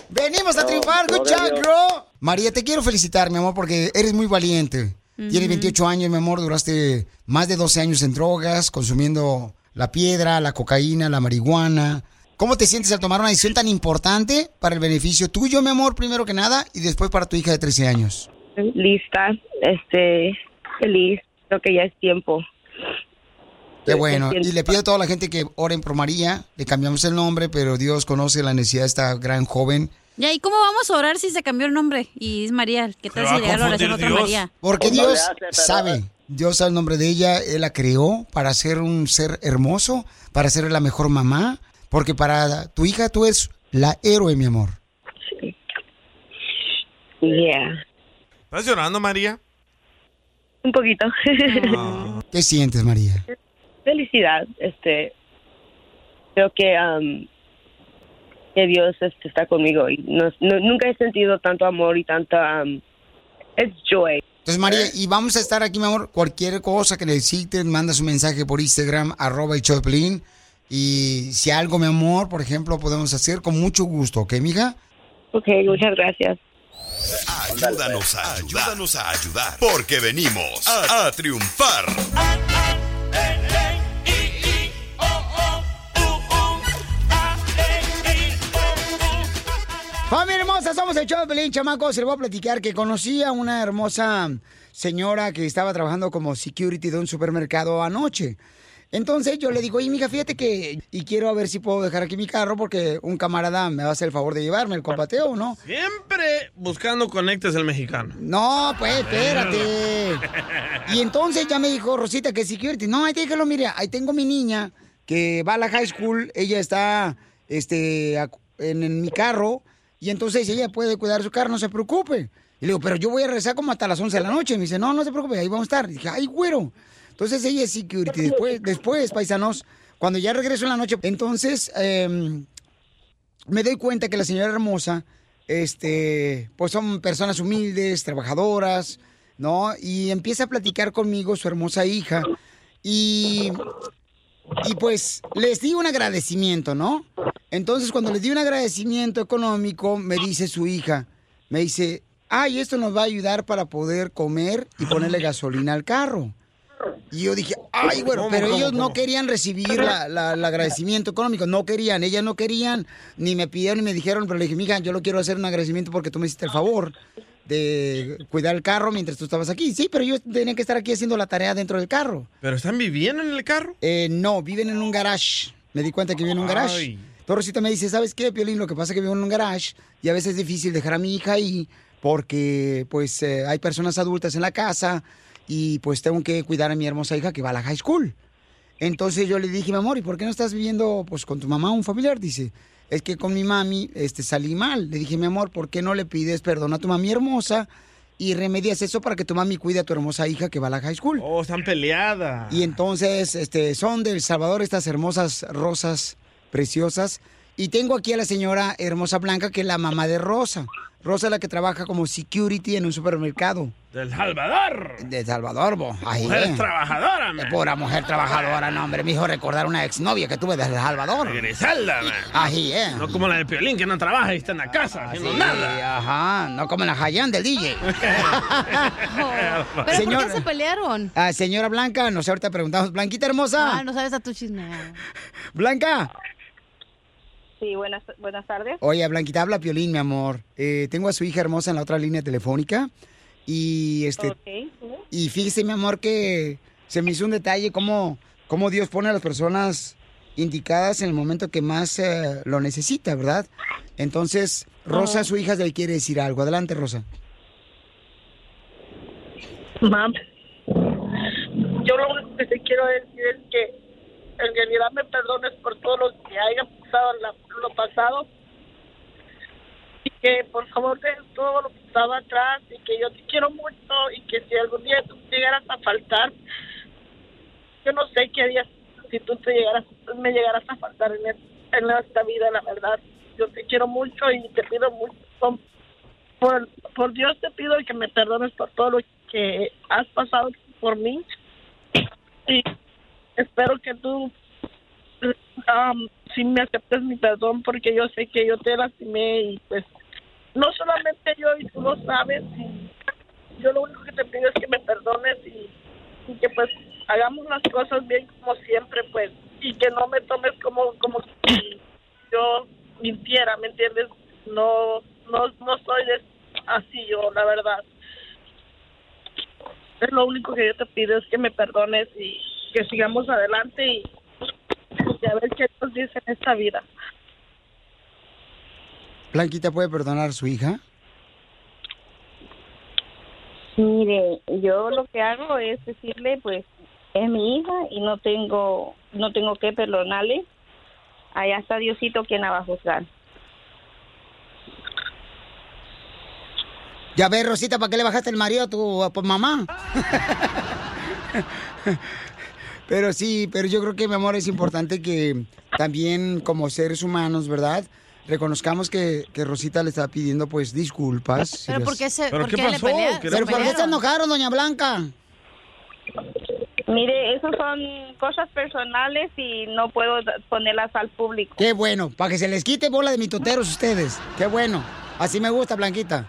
Speaker 2: ¡Venimos a triunfar! ¡Good job, bro! María, te quiero felicitar, mi amor, porque eres muy valiente. Tienes
Speaker 12: Ujú.
Speaker 2: 28 años, mi amor, duraste más de 12 años en drogas, consumiendo la piedra, la cocaína, la marihuana. ¿Cómo te sientes al tomar una decisión tan importante para el beneficio tuyo, mi amor, primero que nada, y después para tu hija de 13 años?
Speaker 19: Lista, este, feliz, creo que ya es tiempo.
Speaker 2: Qué bueno.
Speaker 19: entiendo.
Speaker 2: Y le pido a toda la gente que oren por María. Le cambiamos el nombre, pero Dios conoce la necesidad de esta gran joven.
Speaker 3: ¿Y ahí cómo vamos a orar si se cambió el nombre? Y es María. ¿Qué tal
Speaker 2: va
Speaker 3: si
Speaker 2: a
Speaker 3: llega la oración a otra
Speaker 2: confundir
Speaker 3: María?
Speaker 2: Porque
Speaker 3: O no le
Speaker 2: Dios
Speaker 3: hace, pero-
Speaker 2: sabe. Dios sabe el nombre de ella. Él la creó para ser un ser hermoso, para ser la mejor mamá. Porque para tu hija tú eres la héroe, mi amor.
Speaker 19: Yeah.
Speaker 4: ¿Estás llorando, María? Ah.
Speaker 19: Un poquito.
Speaker 2: ¿Qué sientes, María?
Speaker 19: felicidad. Este, creo que um, que Dios este, está conmigo y no- no- nunca he sentido tanto amor y tanta um, it's joy.
Speaker 2: Entonces,
Speaker 19: Eh.
Speaker 2: María, y vamos a estar aquí, mi amor. Cualquier cosa que necesiten, mandas un mensaje por Instagram, arroba el show de Piolín. Y si algo, mi amor, por ejemplo, podemos hacer con mucho gusto, ¿ok, mija?
Speaker 19: Ok, muchas gracias.
Speaker 11: Ayúdanos a ayudar. Ayúdanos a ayudar. Porque venimos a, a triunfar.
Speaker 2: hermosa, somos el show de Pelín, chamacos. Se le voy a platicar que conocí a una hermosa señora que estaba trabajando como security de un supermercado anoche. Entonces yo le digo, oye, mija, fíjate que... Y quiero a ver si puedo dejar aquí mi carro porque un camarada me va a hacer el favor de llevarme, el compateo, ¿no?
Speaker 10: Siempre buscando conectes el mexicano.
Speaker 2: No, pues, espérate. Y entonces ya me dijo Rosita que security. No, ahí déjalo, mira, ahí tengo mi niña que va a la high school, ella está este, a- en, en mi carro y entonces ella puede cuidar su carro, no se preocupe. Y le digo, pero yo voy a regresar como hasta las 11 de la noche. Y me dice, no, no se preocupe, ahí vamos a estar. Y dije, ay, güero. Entonces ella es security. Después, después paisanos, cuando ya regreso en la noche, entonces em, me doy cuenta que la señora hermosa, este, pues son personas humildes, trabajadoras, ¿no? Y empieza a platicar conmigo su hermosa hija. Y, y pues les di un agradecimiento, ¿no? Entonces cuando les di un agradecimiento económico, me dice su hija, me dice, ay, esto nos va a ayudar para poder comer y ponerle gasolina al carro. Y yo dije, ay, bueno,
Speaker 5: ¿Cómo,
Speaker 2: pero
Speaker 5: cómo,
Speaker 2: ellos no
Speaker 5: cómo?
Speaker 2: querían recibir la- la- el agradecimiento económico, no querían, ellas no querían, ni me pidieron ni me dijeron, pero le dije, mija, yo lo quiero hacer un agradecimiento porque tú me hiciste el favor de cuidar el carro mientras tú estabas aquí. Sí, pero yo tenía que estar aquí haciendo la tarea dentro del carro.
Speaker 10: ¿Pero están viviendo en el carro?
Speaker 2: Eh, no, viven en un garage. Me di cuenta que viven en un garage.
Speaker 10: Ay.
Speaker 2: Pero Rosita me dice, ¿sabes qué, Piolín? Lo que pasa es que vivo en un garage y a veces es difícil dejar a mi hija ahí porque pues eh, hay personas adultas en la casa y pues tengo que cuidar a mi hermosa hija que va a la high school. Entonces yo le dije, mi amor, ¿y por qué no estás viviendo pues con tu mamá o un familiar? Dice, es que con mi mami este, salí mal. Le dije, mi amor, ¿por qué no le pides perdón a tu mami hermosa y remedias eso para que tu mami cuide a tu hermosa hija que va a la high school?
Speaker 10: Oh, están peleadas.
Speaker 2: Y entonces, este, son del Salvador estas hermosas rosas preciosas. Y tengo aquí a la señora hermosa Blanca, que es la mamá de Rosa. Rosa es la que trabaja como security en un supermercado.
Speaker 10: ¡Del Salvador!
Speaker 2: De Salvador, vos. Ahí,
Speaker 10: Mujer
Speaker 2: eh.
Speaker 10: trabajadora, man.
Speaker 2: Eh, Pura mujer trabajadora, no, hombre. Me hizo recordar una exnovia que tuve de El Salvador.
Speaker 10: Griselda, man.
Speaker 2: Ahí, eh. Ah,
Speaker 10: No como la de Piolín, que no trabaja y está en la casa haciendo
Speaker 2: Sí,
Speaker 10: nada.
Speaker 2: ajá. No como la Hayan del DJ.
Speaker 3: ¿Pero por qué se pelearon?
Speaker 2: Ah, señora Blanca, nos ahorita preguntamos. Blanquita hermosa.
Speaker 3: Ah, no sabes a tu chisme.
Speaker 2: Blanca.
Speaker 20: Sí, buenas, buenas tardes.
Speaker 2: Oye, Blanquita, habla Piolín, mi amor. Eh, tengo a su hija hermosa en la otra línea telefónica. Y este
Speaker 20: Ok.
Speaker 2: y fíjese, mi amor, que se me hizo un detalle cómo, cómo Dios pone a las personas indicadas en el momento que más eh, lo necesita, ¿verdad? Entonces, Rosa,
Speaker 20: Ajá.
Speaker 2: su hija, le quiere decir algo. Adelante, Rosa.
Speaker 20: Mam,
Speaker 21: Yo lo único que te quiero decir es que en realidad me perdones por todo lo que haya pasado en la- lo pasado y que por favor dejes todo lo que estaba atrás y que yo te quiero mucho y que si algún día tú te llegaras a faltar yo no sé qué harías si tú te llegaras me llegaras a faltar en, es- en esta vida la verdad yo te quiero mucho y te pido mucho por, por Dios te pido que me perdones por todo lo que has pasado por mí y espero que tú am, sí me aceptes mi perdón porque yo sé que yo te lastimé y pues no solamente yo y tú lo sabes y yo lo único que te pido es que me perdones y, y que pues hagamos las cosas bien como siempre pues y que no me tomes como como si yo mintiera me entiendes no no no soy de- así yo la verdad es lo único que yo te pido es que me perdones y que sigamos adelante y, y a ver qué nos dice en esta vida.
Speaker 2: Blanquita puede perdonar a su hija.
Speaker 20: Mire, yo lo que hago es decirle, pues, es mi hija y no tengo, no tengo que perdonarle. Allá está Diosito quien la va a juzgar.
Speaker 2: Ya ves, Rosita, ¿para qué le bajaste el marido a tu a tu mamá? pero sí, pero yo creo que, mi amor, es importante que también como seres humanos, ¿verdad? Reconozcamos que, que Rosita le está pidiendo, pues, disculpas. si
Speaker 3: ¿Pero
Speaker 2: las-
Speaker 3: por qué se- ¿Pero por qué qué le pasó? pelea- ¿Qué le
Speaker 2: ¿Pero por qué
Speaker 3: pelearon?
Speaker 2: se enojaron, doña Blanca?
Speaker 20: Mire, esas son cosas personales y no puedo da- ponerlas al público.
Speaker 2: Qué bueno, para que se les quite bola de mitoteros ustedes. Qué bueno. Así me gusta, Blanquita.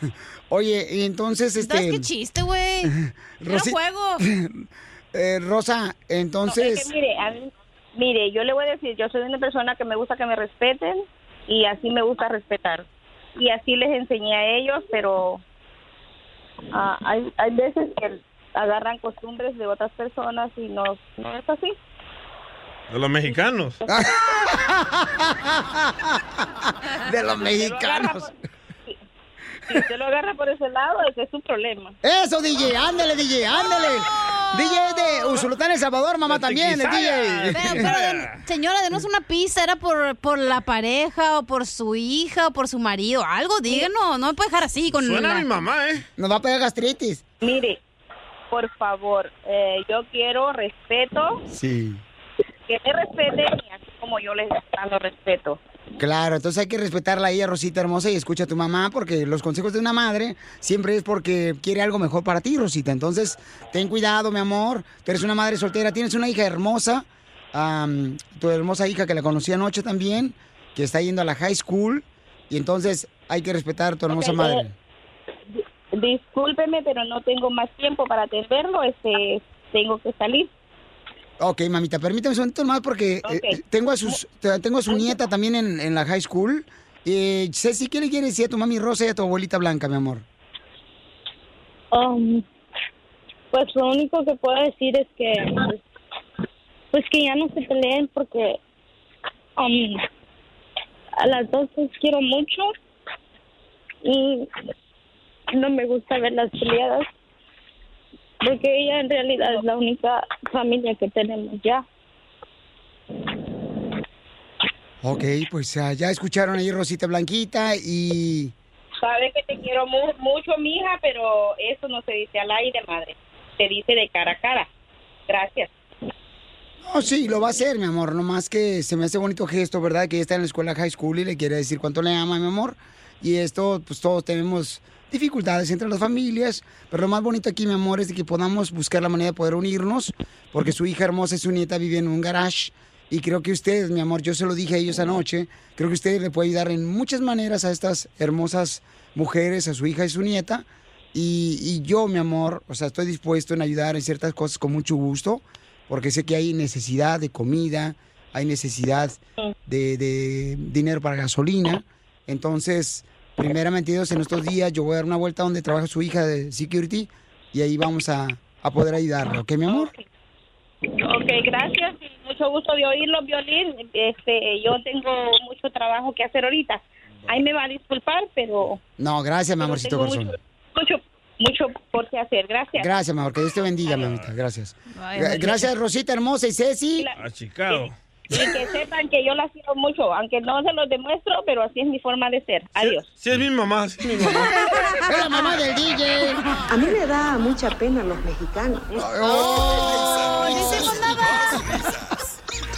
Speaker 2: Oye, y entonces, este...
Speaker 3: ¿Sabes qué chiste, güey? Era
Speaker 2: Rosi-
Speaker 3: juego.
Speaker 2: Eh, Rosa, entonces...
Speaker 20: Es que mire, a mí- mire, yo le voy a decir, yo soy una persona que me gusta que me respeten y así me gusta respetar. y así les enseñé a ellos, pero ah, hay, hay veces que agarran costumbres de otras personas y no, no es así.
Speaker 10: De los mexicanos.
Speaker 2: Ah, De los mexicanos.
Speaker 20: Si usted lo agarra por ese lado, ese es su problema.
Speaker 2: Eso, DJ, ándale, DJ, ándale. DJ es de Usulután, El Salvador, mamá,
Speaker 10: Este,
Speaker 2: también, el DJ.
Speaker 3: Pero, pero, den- señora, denos una pista. ¿Era por, por la pareja o por su hija o por su marido? Algo, díganos. No me puede dejar así con la-
Speaker 10: ¿eh?
Speaker 2: Nos va a pegar gastritis.
Speaker 20: Mire, por favor, eh, yo quiero respeto,
Speaker 2: Sí.
Speaker 20: que me respeten y así como yo les dando respeto.
Speaker 2: Claro, entonces hay que respetarla a ella, Rosita hermosa, y escucha a tu mamá, porque los consejos de una madre siempre es porque quiere algo mejor para ti, Rosita. Entonces, ten cuidado, mi amor. Tú eres una madre soltera, tienes una hija hermosa, am, tu hermosa hija que la conocí anoche también, que está yendo a la high school, y entonces hay que respetar a tu hermosa
Speaker 20: Ok,
Speaker 2: madre.
Speaker 20: eh, Discúlpeme, pero no tengo más tiempo para atenderlo, este, tengo que salir.
Speaker 2: Ok, mamita, permítame un momento más porque eh, eh, tengo a sus, te- tengo a su nieta también en, en la high school. Eh, Ceci, ¿qué le quieres decir a tu mami Rosa y a tu abuelita Blanca, mi amor?
Speaker 22: Um, pues lo único que puedo decir es que pues que ya no se peleen porque um, a las dos las quiero mucho y no me gusta verlas peleadas porque ella en realidad es la única familia que tenemos ya.
Speaker 2: Ok, pues ah, ya escucharon ahí Rosita Blanquita y...
Speaker 20: Sabes que te quiero mu- mucho, mija, pero eso no se dice al aire, madre. Se dice de cara a cara. Gracias.
Speaker 2: No, sí, lo va a hacer, mi amor, nomás que se me hace bonito gesto, ¿verdad? Que ella está en la escuela high school y le quiere decir cuánto le ama, mi amor. Y esto, pues todos tenemos dificultades entre las familias, pero lo más bonito aquí, mi amor, es de que podamos buscar la manera de poder unirnos, porque su hija hermosa y su nieta viven en un garage. Y creo que ustedes, mi amor, yo se lo dije a ellos anoche, creo que ustedes le pueden ayudar en muchas maneras a estas hermosas mujeres, a su hija y su nieta. Y, y yo, mi amor, o sea, estoy dispuesto en ayudar en ciertas cosas con mucho gusto, porque sé que hay necesidad de comida, hay necesidad de, de dinero para gasolina. Entonces, primeramente Dios, en estos días yo voy a dar una vuelta donde trabaja su hija de security y ahí vamos a, a poder ayudarla, ¿ok, mi amor?
Speaker 20: Ok, gracias. y Mucho gusto de oírlo, Violín. Este, yo tengo mucho trabajo que hacer ahorita. Ahí me va a disculpar, pero
Speaker 2: No, gracias, mi amorcito
Speaker 20: tengo
Speaker 2: corazón.
Speaker 20: mucho, mucho por qué hacer. Gracias.
Speaker 2: Gracias, mi amor, que Dios te bendiga, mamita, gracias.
Speaker 20: Ay,
Speaker 2: Gra-
Speaker 20: muchas
Speaker 2: Gracias, Rosita hermosa y Ceci.
Speaker 10: Achicado.
Speaker 20: Y que sepan que yo las quiero mucho, aunque no se los demuestro, pero así es mi forma de ser. Adiós.
Speaker 10: Sí, es mi mamá, sí es mi mamá.
Speaker 2: Es la mamá del DJ.
Speaker 23: A mí me da mucha pena los mexicanos.
Speaker 2: ¡Oh!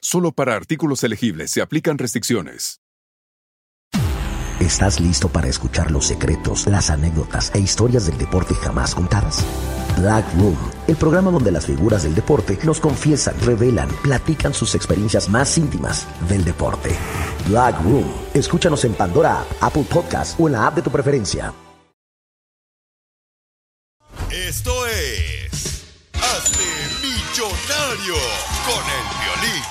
Speaker 24: Solo para artículos elegibles se aplican restricciones.
Speaker 25: ¿Estás listo para escuchar los secretos, las anécdotas e historias del deporte jamás contadas? Black Room, el programa donde las figuras del deporte nos confiesan, revelan, platican sus experiencias más íntimas del deporte. Black Room, escúchanos en Pandora App, Apple Podcast o en la app de tu preferencia.
Speaker 11: Esto es. Hazte millonario con el violín.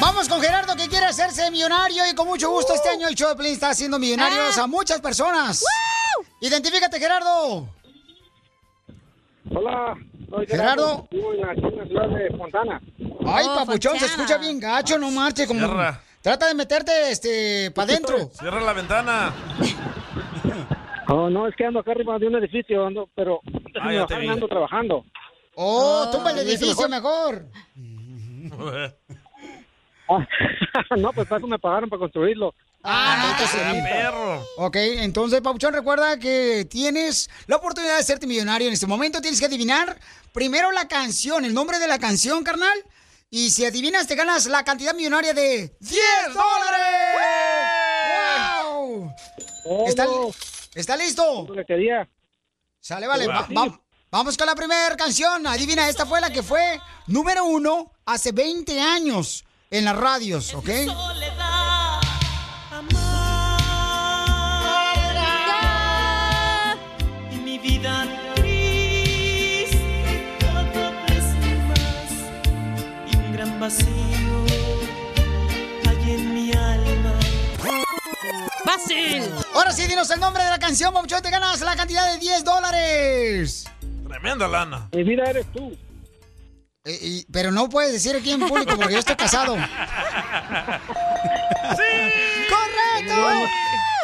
Speaker 2: Vamos con Gerardo que quiere hacerse millonario y con mucho gusto este año el show de Plin está haciendo millonarios a muchas personas. Identifícate, Gerardo.
Speaker 26: Hola, soy
Speaker 2: Gerardo.
Speaker 26: Vivo en la- aquí en la ciudad de Fontana.
Speaker 2: Ay, papuchón, se escucha bien gacho, no marche como
Speaker 26: Cierra.
Speaker 2: Trata de meterte este para adentro.
Speaker 26: Cierra la ventana. Oh, no, es que ando acá arriba de un edificio, ando, pero
Speaker 2: Ah, ya te vi.
Speaker 26: ando trabajando.
Speaker 2: Oh,
Speaker 26: Ah,
Speaker 2: tumba el
Speaker 26: ¿viste
Speaker 2: edificio mejor.
Speaker 26: no, pues para eso me pagaron para construirlo.
Speaker 2: Ah, entonces sí. Ok, entonces, Papuchón, recuerda que tienes la oportunidad de hacerte millonario. En este momento tienes que adivinar primero la canción, el nombre de la canción, carnal. Y si adivinas, te ganas la cantidad millonaria de 10 dólares. ¡Wow! ¡Wow! ¿Está, está listo? Sale, vale.
Speaker 5: Va.
Speaker 2: va- va- vamos con la primera canción. Adivina, esta fue la que fue número uno hace 20 años en las radios, ¿ok?
Speaker 5: Y mi vida triste cada vez más y un gran vacío hay en mi alma.
Speaker 2: ¡Fácil! Ahora sí, dinos el nombre de la canción, Papuchón. Te ganas la cantidad de 10 dólares.
Speaker 4: Tremenda lana.
Speaker 26: Mi vida eres tú.
Speaker 2: Eh, pero no puedes decir aquí en público porque yo estoy casado. ¡Correcto!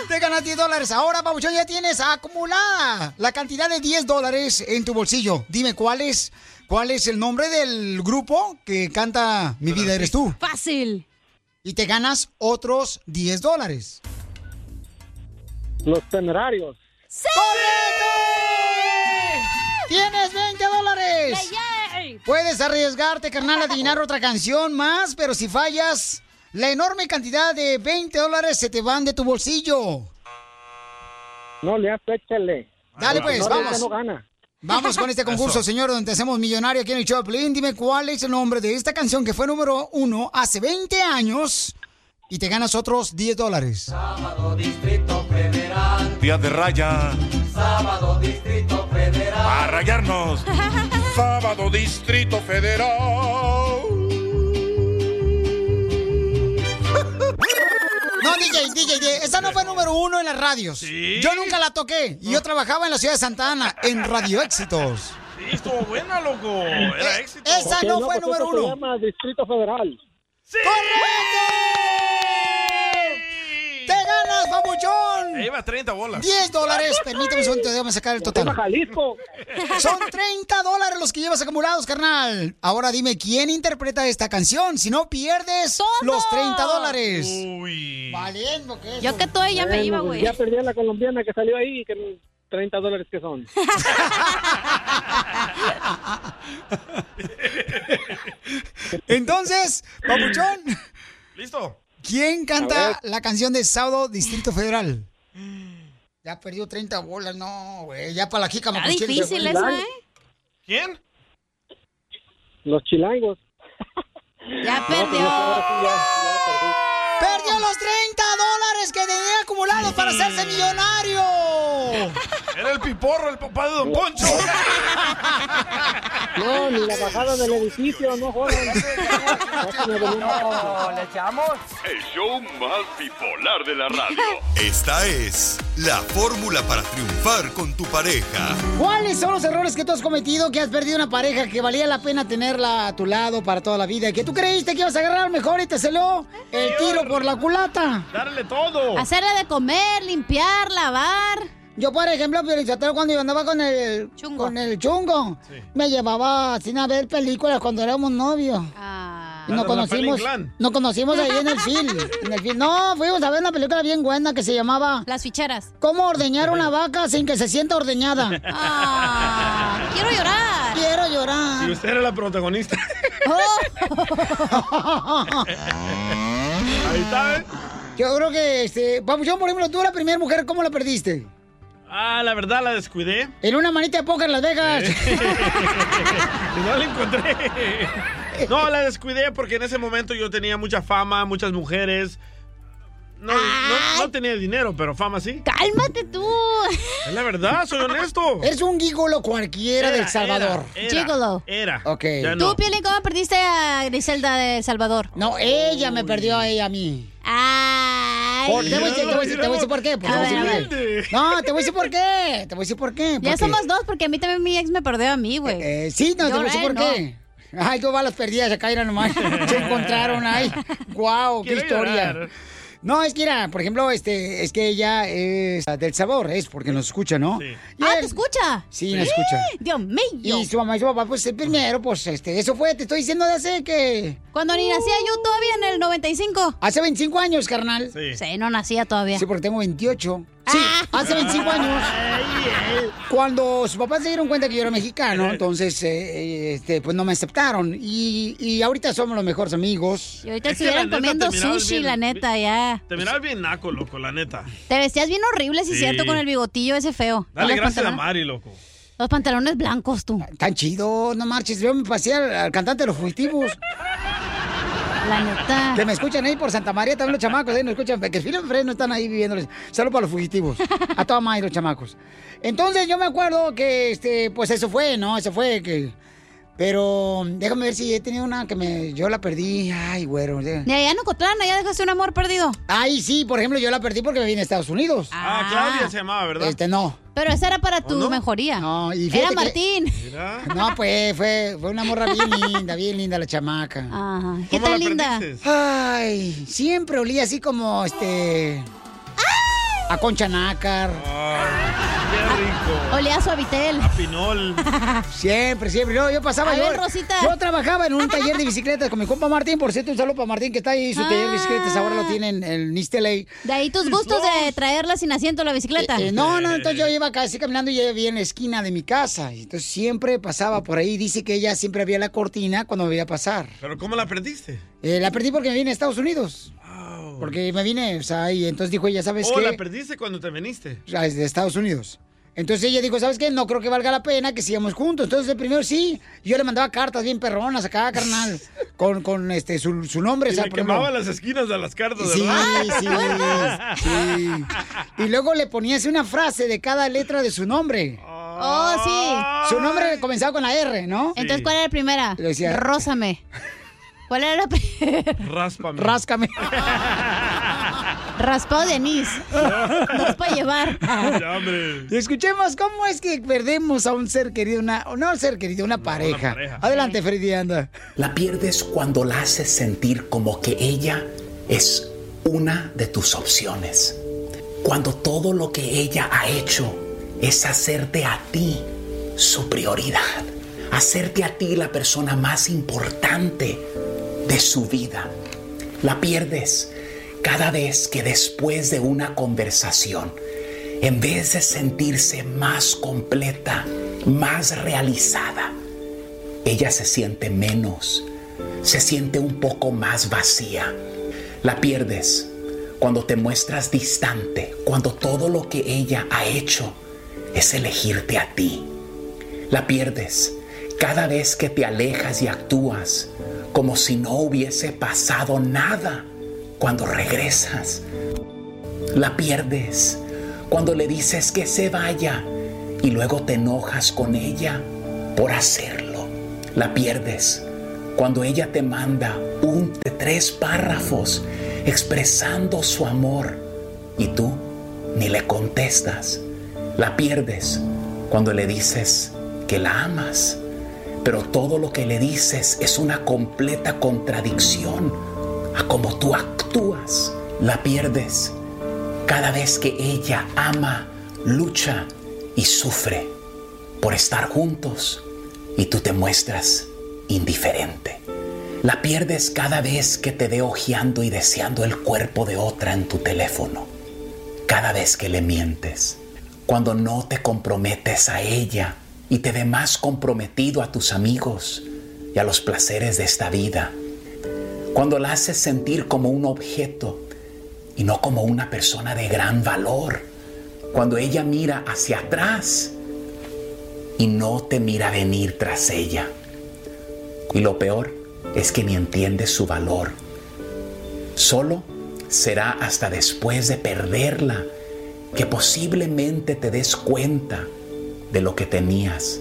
Speaker 2: Te ganas 10 dólares. Ahora, Pabuchón, ya tienes acumulada la cantidad de 10 dólares en tu bolsillo. Dime, ¿cuál es, cuál es el nombre del grupo que canta Mi vida eres tú? Fácil. Y te ganas otros 10 dólares.
Speaker 26: Los temerarios.
Speaker 2: ¡Correcto! ¡Tienes 20 dólares! Puedes arriesgarte, carnal, a adivinar otra canción más, pero si fallas, la enorme cantidad de 20 dólares se te van de tu bolsillo.
Speaker 26: No le haces, échale.
Speaker 2: Dale, pues,
Speaker 26: No,
Speaker 2: vamos.
Speaker 26: no gana.
Speaker 2: Vamos con este concurso,
Speaker 26: Eso.
Speaker 2: señor, donde te hacemos millonario aquí en el Choplin. Dime cuál es el nombre de esta canción que fue número uno hace 20 años y te ganas otros 10 dólares.
Speaker 27: Día de raya,
Speaker 5: Sábado Distrito Federal.
Speaker 27: a rayarnos. Sábado Distrito Federal.
Speaker 2: No, DJ, DJ, DJ, esa no fue número uno en las radios. Yo nunca la toqué. Y yo trabajaba en la ciudad de Santa Ana, en Radio Éxitos.
Speaker 10: Sí, estuvo buena, loco. Era éxito.
Speaker 2: Esa no fue número uno. Distrito Federal. ¡Correcto! ¡Te ganas, babuchón!
Speaker 4: Ahí va 30 bolas.
Speaker 2: 10 dólares, permíteme un segundo, déjame sacar el total. Son 30 dólares los que llevas acumulados, carnal. Ahora dime quién interpreta esta canción. Si no pierdes los 30 dólares. Valiendo que
Speaker 3: Yo que todo ya me
Speaker 26: Bueno,
Speaker 3: iba,
Speaker 26: pues,
Speaker 3: güey.
Speaker 26: Ya perdí a la colombiana que salió ahí, que 30 dólares que son.
Speaker 2: Entonces, Papuchón,
Speaker 10: ¿Listo?
Speaker 2: ¿quién
Speaker 10: A ver.
Speaker 2: canta la canción de Sábado Distrito Federal? Ya perdió 30 bolas, no, güey. Ya para la jica
Speaker 3: Está
Speaker 2: mapuchil,
Speaker 3: difícil
Speaker 2: güey.
Speaker 3: eso, ¿eh?
Speaker 10: ¿Quién?
Speaker 26: Los chilangos.
Speaker 3: Ya perdió.
Speaker 2: Perdió los 30 dólares que tenía acumulados para hacerse millonario.
Speaker 10: Era el piporro, el papá de Don Poncho.
Speaker 26: No, ni la bajada del edificio, no jodan.
Speaker 5: ¿Le echamos?
Speaker 11: El show más bipolar de la radio. Esta es la fórmula para triunfar con tu pareja.
Speaker 2: ¿Cuáles son los errores que tú has cometido que has perdido una pareja que valía la pena tenerla a tu lado para toda la vida? y Que tú creíste que ibas a agarrar mejor y te celó el tiro por la culata.
Speaker 10: Darle todo.
Speaker 3: Hacerle de comer, limpiar, lavar.
Speaker 2: Yo, por ejemplo, Piolichotero, cuando yo andaba con el chungo, con el chungo me llevaba sin a ver películas cuando éramos novios.
Speaker 3: Ah.
Speaker 2: Y
Speaker 5: La
Speaker 2: nos
Speaker 5: de
Speaker 2: conocimos,
Speaker 5: Rafael Inclán.
Speaker 2: nos conocimos ahí en el film, en el film. No, fuimos a ver una película bien buena que se llamaba Las ficheras. ¿Cómo ordeñar una vaca sin que se sienta ordeñada?
Speaker 3: Ah. quiero llorar.
Speaker 2: Quiero llorar.
Speaker 10: Y usted era la protagonista. Ahí está, ¿eh?
Speaker 2: Yo creo que, este, Papuchón, por ejemplo, tú la primera mujer, ¿cómo la perdiste?
Speaker 10: Ah, la verdad la descuidé.
Speaker 2: En una manita de póker en Las Vegas.
Speaker 10: Y no la encontré. No, la descuidé porque en ese momento yo tenía mucha fama, muchas mujeres. No, no, no tenía dinero, pero fama sí.
Speaker 3: ¡Cálmate tú!
Speaker 10: Es la verdad, soy honesto.
Speaker 2: Eres un gigolo cualquiera
Speaker 10: Era,
Speaker 2: del Salvador.
Speaker 10: era, era.
Speaker 3: Gigolo.
Speaker 10: Era.
Speaker 2: Ok.
Speaker 10: Ya
Speaker 3: ¿Tú,
Speaker 10: no.
Speaker 3: Piolín, cómo perdiste a Griselda de El Salvador?
Speaker 2: No, ella me perdió a ella a mí.
Speaker 3: Ay.
Speaker 2: Por- te, voy a decir, te voy a decir- te voy a decir por qué. porque
Speaker 3: A
Speaker 2: te voy a
Speaker 3: ver, a
Speaker 2: decir por qué. No, te voy a decir por qué. Te voy a decir por qué.
Speaker 3: Ya
Speaker 2: porque-
Speaker 3: somos dos porque a mí también mi ex me perdió a mí, güey.
Speaker 2: Eh, Sí, no, te voy a decir por qué. Ay, dos balas perdidas acá, era nomás. Se encontraron ahí. Guau, qué
Speaker 3: Quiero
Speaker 2: historia.
Speaker 3: llorar.
Speaker 2: No, es que mira, por ejemplo, este, es que ella es del sabor, es porque nos escucha, ¿no?
Speaker 3: Ah, ¿te escucha? ¡Eh!
Speaker 2: Sí, me escucha.
Speaker 3: Dios mío.
Speaker 2: Y su mamá y su papá, pues el primero, pues este, eso fue, te estoy diciendo de hace que.
Speaker 3: Cuando ni nacía yo todavía en el 95.
Speaker 2: Hace 25 años, carnal.
Speaker 3: Sí, no nacía todavía. Ah.
Speaker 2: Sí, porque tengo 28. Sí, hace 25 años. Cuando sus papás se dieron cuenta que yo era mexicano, entonces, eh, eh, este, pues no me aceptaron. Y, y ahorita somos los mejores amigos.
Speaker 3: Y ahorita
Speaker 10: Es que
Speaker 3: estuvieran
Speaker 10: la neta
Speaker 3: comiendo
Speaker 10: te mirabas
Speaker 3: sushi,
Speaker 10: bien-
Speaker 3: la neta, ya.
Speaker 10: Te mirabas bien naco, loco, la neta.
Speaker 3: Te vestías bien horrible, si es
Speaker 10: Sí.
Speaker 3: cierto, con el bigotillo ese feo. Con
Speaker 10: Dale
Speaker 3: los
Speaker 10: gracias a
Speaker 3: pantalones-
Speaker 10: Mari, loco.
Speaker 3: Los pantalones blancos, tú.
Speaker 2: Ah, Tan chido, no marches. Yo me pasé al, al cantante de los fugitivos.
Speaker 3: La neta.
Speaker 2: Que me escuchan ahí por Santa María, también los chamacos, ahí nos escuchan. Que Filo Fresno están ahí viviéndoles. Salud para los fugitivos. A toda madre los chamacos. Entonces yo me acuerdo que, este, pues eso fue, ¿no? Eso fue que... Pero déjame ver si he tenido una que me, yo la perdí. Ay, güero.
Speaker 3: De allá en Ocotlán, allá dejaste un amor perdido.
Speaker 2: Ay, sí, por ejemplo, yo la perdí porque me vine a Estados Unidos.
Speaker 10: Ah, Claudia se llamaba, ¿verdad?
Speaker 2: Este, no.
Speaker 3: Pero esa era para tu mejoría.
Speaker 2: No, y
Speaker 3: Era
Speaker 2: fíjate que-
Speaker 3: Martín.
Speaker 2: No, pues fue, fue una morra bien linda, bien linda la chamaca.
Speaker 3: Ajá. ¿Qué ¿Cómo tan la linda? perdiste?
Speaker 2: Ay, siempre olía así como este. A concha nácar.
Speaker 10: Qué rico.
Speaker 3: Olía a suavitel.
Speaker 10: A pinol.
Speaker 2: Siempre, siempre. No, yo pasaba.
Speaker 3: A
Speaker 2: yo,
Speaker 3: ver, Rosita.
Speaker 2: yo trabajaba en un taller de bicicletas con mi compa Martín. Por cierto, un saludo para Martín que está ahí. Su taller de bicicletas ahora lo tiene en el Nisteley.
Speaker 3: Ah. De ahí tus gustos de traerla sin asiento la bicicleta.
Speaker 2: Eh, no, no, entonces yo iba casi caminando y ella vivía en la esquina de mi casa. Y Entonces siempre pasaba por ahí. Dice que ella siempre había la cortina cuando me veía pasar.
Speaker 10: ¿Pero cómo la perdiste?
Speaker 2: Eh, la perdí porque me vine a Estados Unidos. Porque me vine, o sea, y entonces dijo ella, ¿sabes
Speaker 10: ¿O
Speaker 2: qué?
Speaker 10: Oh, la perdiste cuando te viniste?
Speaker 2: O sea, de Estados Unidos. Entonces ella dijo, ¿sabes qué? No creo que valga la pena que sigamos juntos. Entonces, de primero sí, yo le mandaba cartas bien perronas acá, carnal, con, con este, su, su nombre.
Speaker 10: Y
Speaker 2: o sea,
Speaker 10: le
Speaker 2: por ejemplo.
Speaker 10: quemaba las esquinas de las cartas,
Speaker 2: Sí,
Speaker 10: ¿verdad?
Speaker 2: sí, sí. Y luego le ponías una frase de cada letra de su nombre.
Speaker 3: Oh, sí.
Speaker 2: Su nombre comenzaba con la R, ¿no?
Speaker 3: Entonces, ¿cuál era la primera?
Speaker 2: Le decía-
Speaker 3: Rózame. ¿Cuál era la primera?
Speaker 10: Ráspame.
Speaker 2: Ráscame.
Speaker 3: Raspado de anís. Dos para llevar.
Speaker 2: Y escuchemos cómo es que perdemos a un ser querido, una, no un ser querido, una pareja.
Speaker 9: pareja.
Speaker 2: Adelante, Freddy, anda.
Speaker 9: La pierdes cuando la haces sentir como que ella es una de tus opciones. Cuando todo lo que ella ha hecho es hacerte a ti su prioridad. Hacerte a ti la persona más importante de su vida. La pierdes cada vez que después de una conversación, en vez de sentirse más completa, más realizada, ella se siente menos, se siente un poco más vacía. La pierdes cuando te muestras distante, cuando todo lo que ella ha hecho es elegirte a ti. La pierdes cada vez que te alejas y actúas como si no hubiese pasado nada cuando regresas. La pierdes cuando le dices que se vaya y luego te enojas con ella por hacerlo. La pierdes cuando ella te manda un de tres párrafos expresando su amor y tú ni le contestas. La pierdes cuando le dices que la amas, pero todo lo que le dices es una completa contradicción a cómo tú actúas. La pierdes cada vez que ella ama, lucha y sufre por estar juntos y tú te muestras indiferente. La pierdes cada vez que te ve ojeando y deseando el cuerpo de otra en tu teléfono. Cada vez que le mientes. Cuando no te comprometes a ella y te ve más comprometido a tus amigos y a los placeres de esta vida. Cuando la haces sentir como un objeto y no como una persona de gran valor. Cuando ella mira hacia atrás y no te mira venir tras ella. Y lo peor es que ni entiende su valor. Solo será hasta después de perderla que posiblemente te des cuenta de lo que tenías.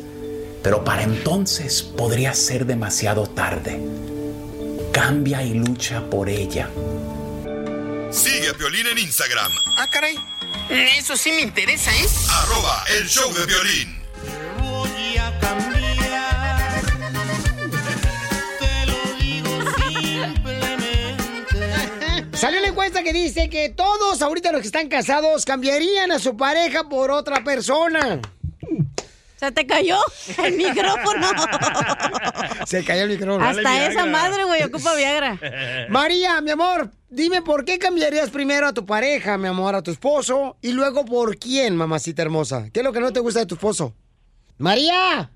Speaker 9: Pero para entonces podría ser demasiado tarde. Cambia y lucha por ella.
Speaker 11: Sigue a Piolín en Instagram,
Speaker 13: Ah, caray. Eso sí me interesa, ¿eh?
Speaker 11: arroba el show de violín.
Speaker 13: Voy a cambiar. Te lo digo simplemente.
Speaker 2: Salió la encuesta que dice que todos ahorita los que están casados cambiarían a su pareja por otra persona.
Speaker 3: Se te cayó el micrófono.
Speaker 2: Se cayó el micrófono.
Speaker 3: Hasta esa madre, güey, ocupa Viagra.
Speaker 2: María, mi amor, dime por qué cambiarías primero a tu pareja, mi amor, a tu esposo, y luego por quién, mamacita hermosa. ¿Qué es lo que no te gusta de tu esposo? María.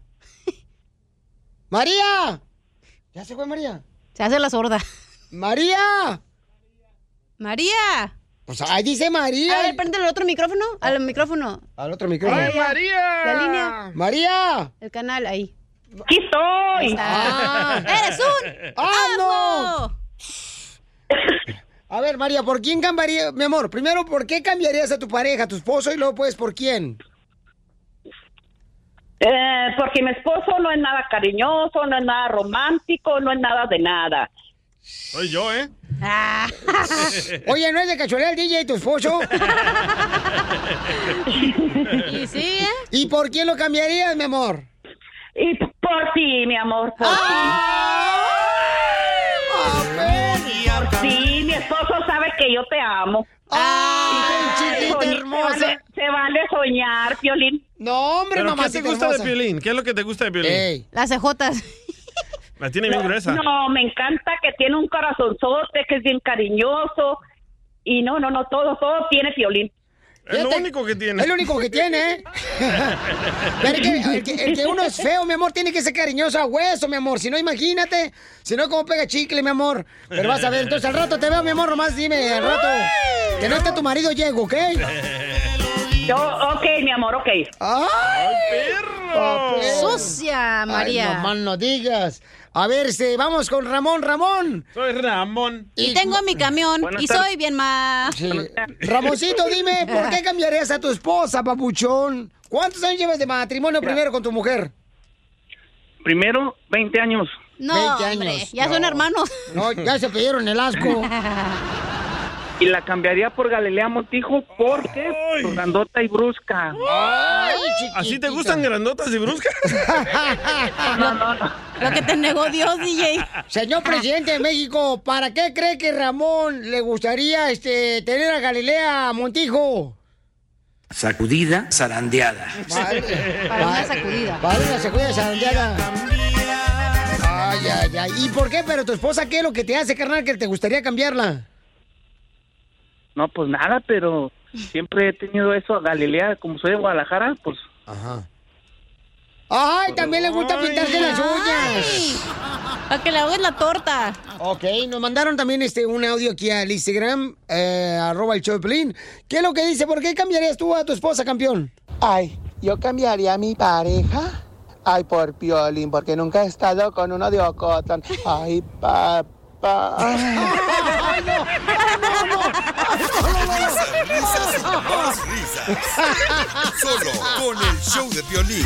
Speaker 2: María. ¿Ya se fue María?
Speaker 3: Se hace la sorda.
Speaker 2: María.
Speaker 3: María.
Speaker 2: Pues ahí dice María.
Speaker 3: A ver, prende el otro micrófono. Al micrófono.
Speaker 2: Al otro micrófono.
Speaker 3: Ay, María. La línea.
Speaker 2: María.
Speaker 3: El canal, ahí.
Speaker 2: Aquí estoy.
Speaker 3: Ah. ¡Eres un
Speaker 2: ¡Ah, no! A ver, María, ¿por quién cambiaría? Mi amor, primero, ¿por qué cambiarías a tu pareja, a tu esposo, y luego, pues, ¿por quién?
Speaker 14: Eh, porque mi esposo no es nada cariñoso, no es nada romántico, no es nada de nada.
Speaker 10: Soy yo, ¿eh?
Speaker 4: Ah.
Speaker 2: Oye, ¿no es de cachorrea el DJ tu esposo?
Speaker 3: ¿Y sí, eh?
Speaker 2: ¿Y por quién lo cambiarías, mi amor?
Speaker 14: Y por ti, mi amor, por ti. Por ti, mi esposo sabe que yo te amo.
Speaker 2: ¡Ay, chiquita hermosa!
Speaker 14: Se vale, se vale soñar, Piolín.
Speaker 2: No, hombre,
Speaker 10: ¿Pero
Speaker 2: mamá,
Speaker 10: qué te gusta de Piolín? ¿Qué es lo que te gusta de Piolín?
Speaker 3: Las cejotas.
Speaker 10: La tiene bien gruesa.
Speaker 14: No, me encanta que tiene un corazonzote, que es bien cariñoso. Y no, no, no, todo, todo tiene Piolín.
Speaker 10: Es lo único que tiene.
Speaker 2: Es lo único que tiene, ¿eh? Pero el que, el que- el que uno es feo, mi amor, tiene que ser cariñoso a hueso, mi amor. Si no, imagínate. Si no, como pega chicle, mi amor. Pero vas a ver, entonces al rato te veo, mi amor, nomás dime al rato. Que no esté tu marido, llego, ¿ok?
Speaker 14: Yo, ok, mi amor, ok.
Speaker 2: ¡Ay,
Speaker 14: perro!
Speaker 3: Sucia,
Speaker 2: Ay,
Speaker 3: María.
Speaker 2: no más no digas. A ver, este, vamos con Ramón, Ramón.
Speaker 10: Soy Ramón.
Speaker 3: y tengo mi camión
Speaker 2: Buenas
Speaker 3: y
Speaker 2: tardes.
Speaker 3: soy bien más.
Speaker 2: Ramoncito, dime, ¿por qué cambiarías a tu esposa, papuchón? ¿Cuántos años llevas de matrimonio primero con tu mujer?
Speaker 15: Primero, 20 años.
Speaker 3: No,
Speaker 2: 20
Speaker 3: hombre,
Speaker 2: años.
Speaker 3: ya son hermanos.
Speaker 2: No, ya se pidieron el asco.
Speaker 15: Y la cambiaría por Galilea Montijo porque por grandota y brusca.
Speaker 10: ¿Así te gustan grandotas y bruscas?
Speaker 3: Lo que te negó Dios, DJ.
Speaker 2: Señor presidente de México, ¿para qué cree que Ramón le gustaría este, tener a Galilea Montijo?
Speaker 9: Sacudida, zarandeada.
Speaker 2: Para una sacudida. Para una sacudida zarandeada. Ay, ay, ay. ¿Y por qué? ¿Pero tu esposa qué es lo que te hace, carnal, que te gustaría cambiarla?
Speaker 15: No, pues nada, pero siempre he tenido eso a Galilea, como soy de Guadalajara, pues.
Speaker 2: Ajá. Ay, también le gusta pintarse las uñas.
Speaker 3: Para que le hagas la torta.
Speaker 2: Ok, nos mandaron también este un audio aquí al Instagram, eh, arroba el show de Pelín. ¿Qué es lo que dice? ¿Por qué cambiarías tú a tu esposa, campeón?
Speaker 16: Ay, yo cambiaría a mi pareja. Ay, por Piolín, porque nunca he estado con uno de Ocotan. Ay, papá.
Speaker 2: ¡Ay, no! ¡Ay, no, no! ¡Ay, no, no, no!
Speaker 11: Solo con el show de violín.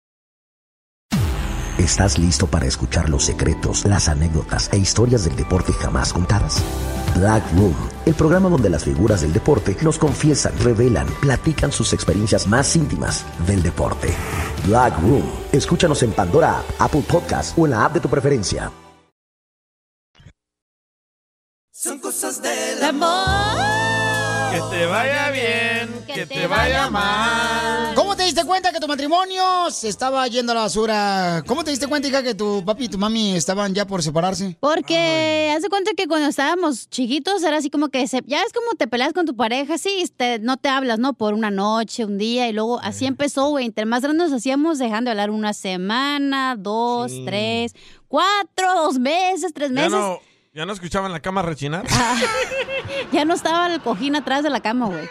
Speaker 25: ¿Estás listo para escuchar los secretos, las anécdotas e historias del deporte jamás contadas? Black Room, el programa donde las figuras del deporte nos confiesan, revelan, platican sus experiencias más íntimas del deporte. Black Room, escúchanos en Pandora, app, Apple Podcast o en la app de tu preferencia.
Speaker 13: Son cosas del amor.
Speaker 4: Que te vaya bien, que te vaya mal.
Speaker 2: ¿Cómo te diste cuenta que tu matrimonio se estaba yendo a la basura? ¿Cómo te diste cuenta, hija, que tu papi y tu mami estaban ya por separarse?
Speaker 3: Porque hace cuenta que cuando estábamos chiquitos era así como que se- ya es como te peleas con tu pareja, sí, te- no te hablas, ¿no? Por una noche, un día y luego así empezó, güey. Entre más grandes nos hacíamos dejando de hablar una semana, dos, tres, cuatro, dos meses, tres
Speaker 4: Ya
Speaker 3: meses. Ah.
Speaker 4: no, ya no escuchaban la cama rechinar.
Speaker 3: Ya no estaba el cojín atrás de la cama, güey.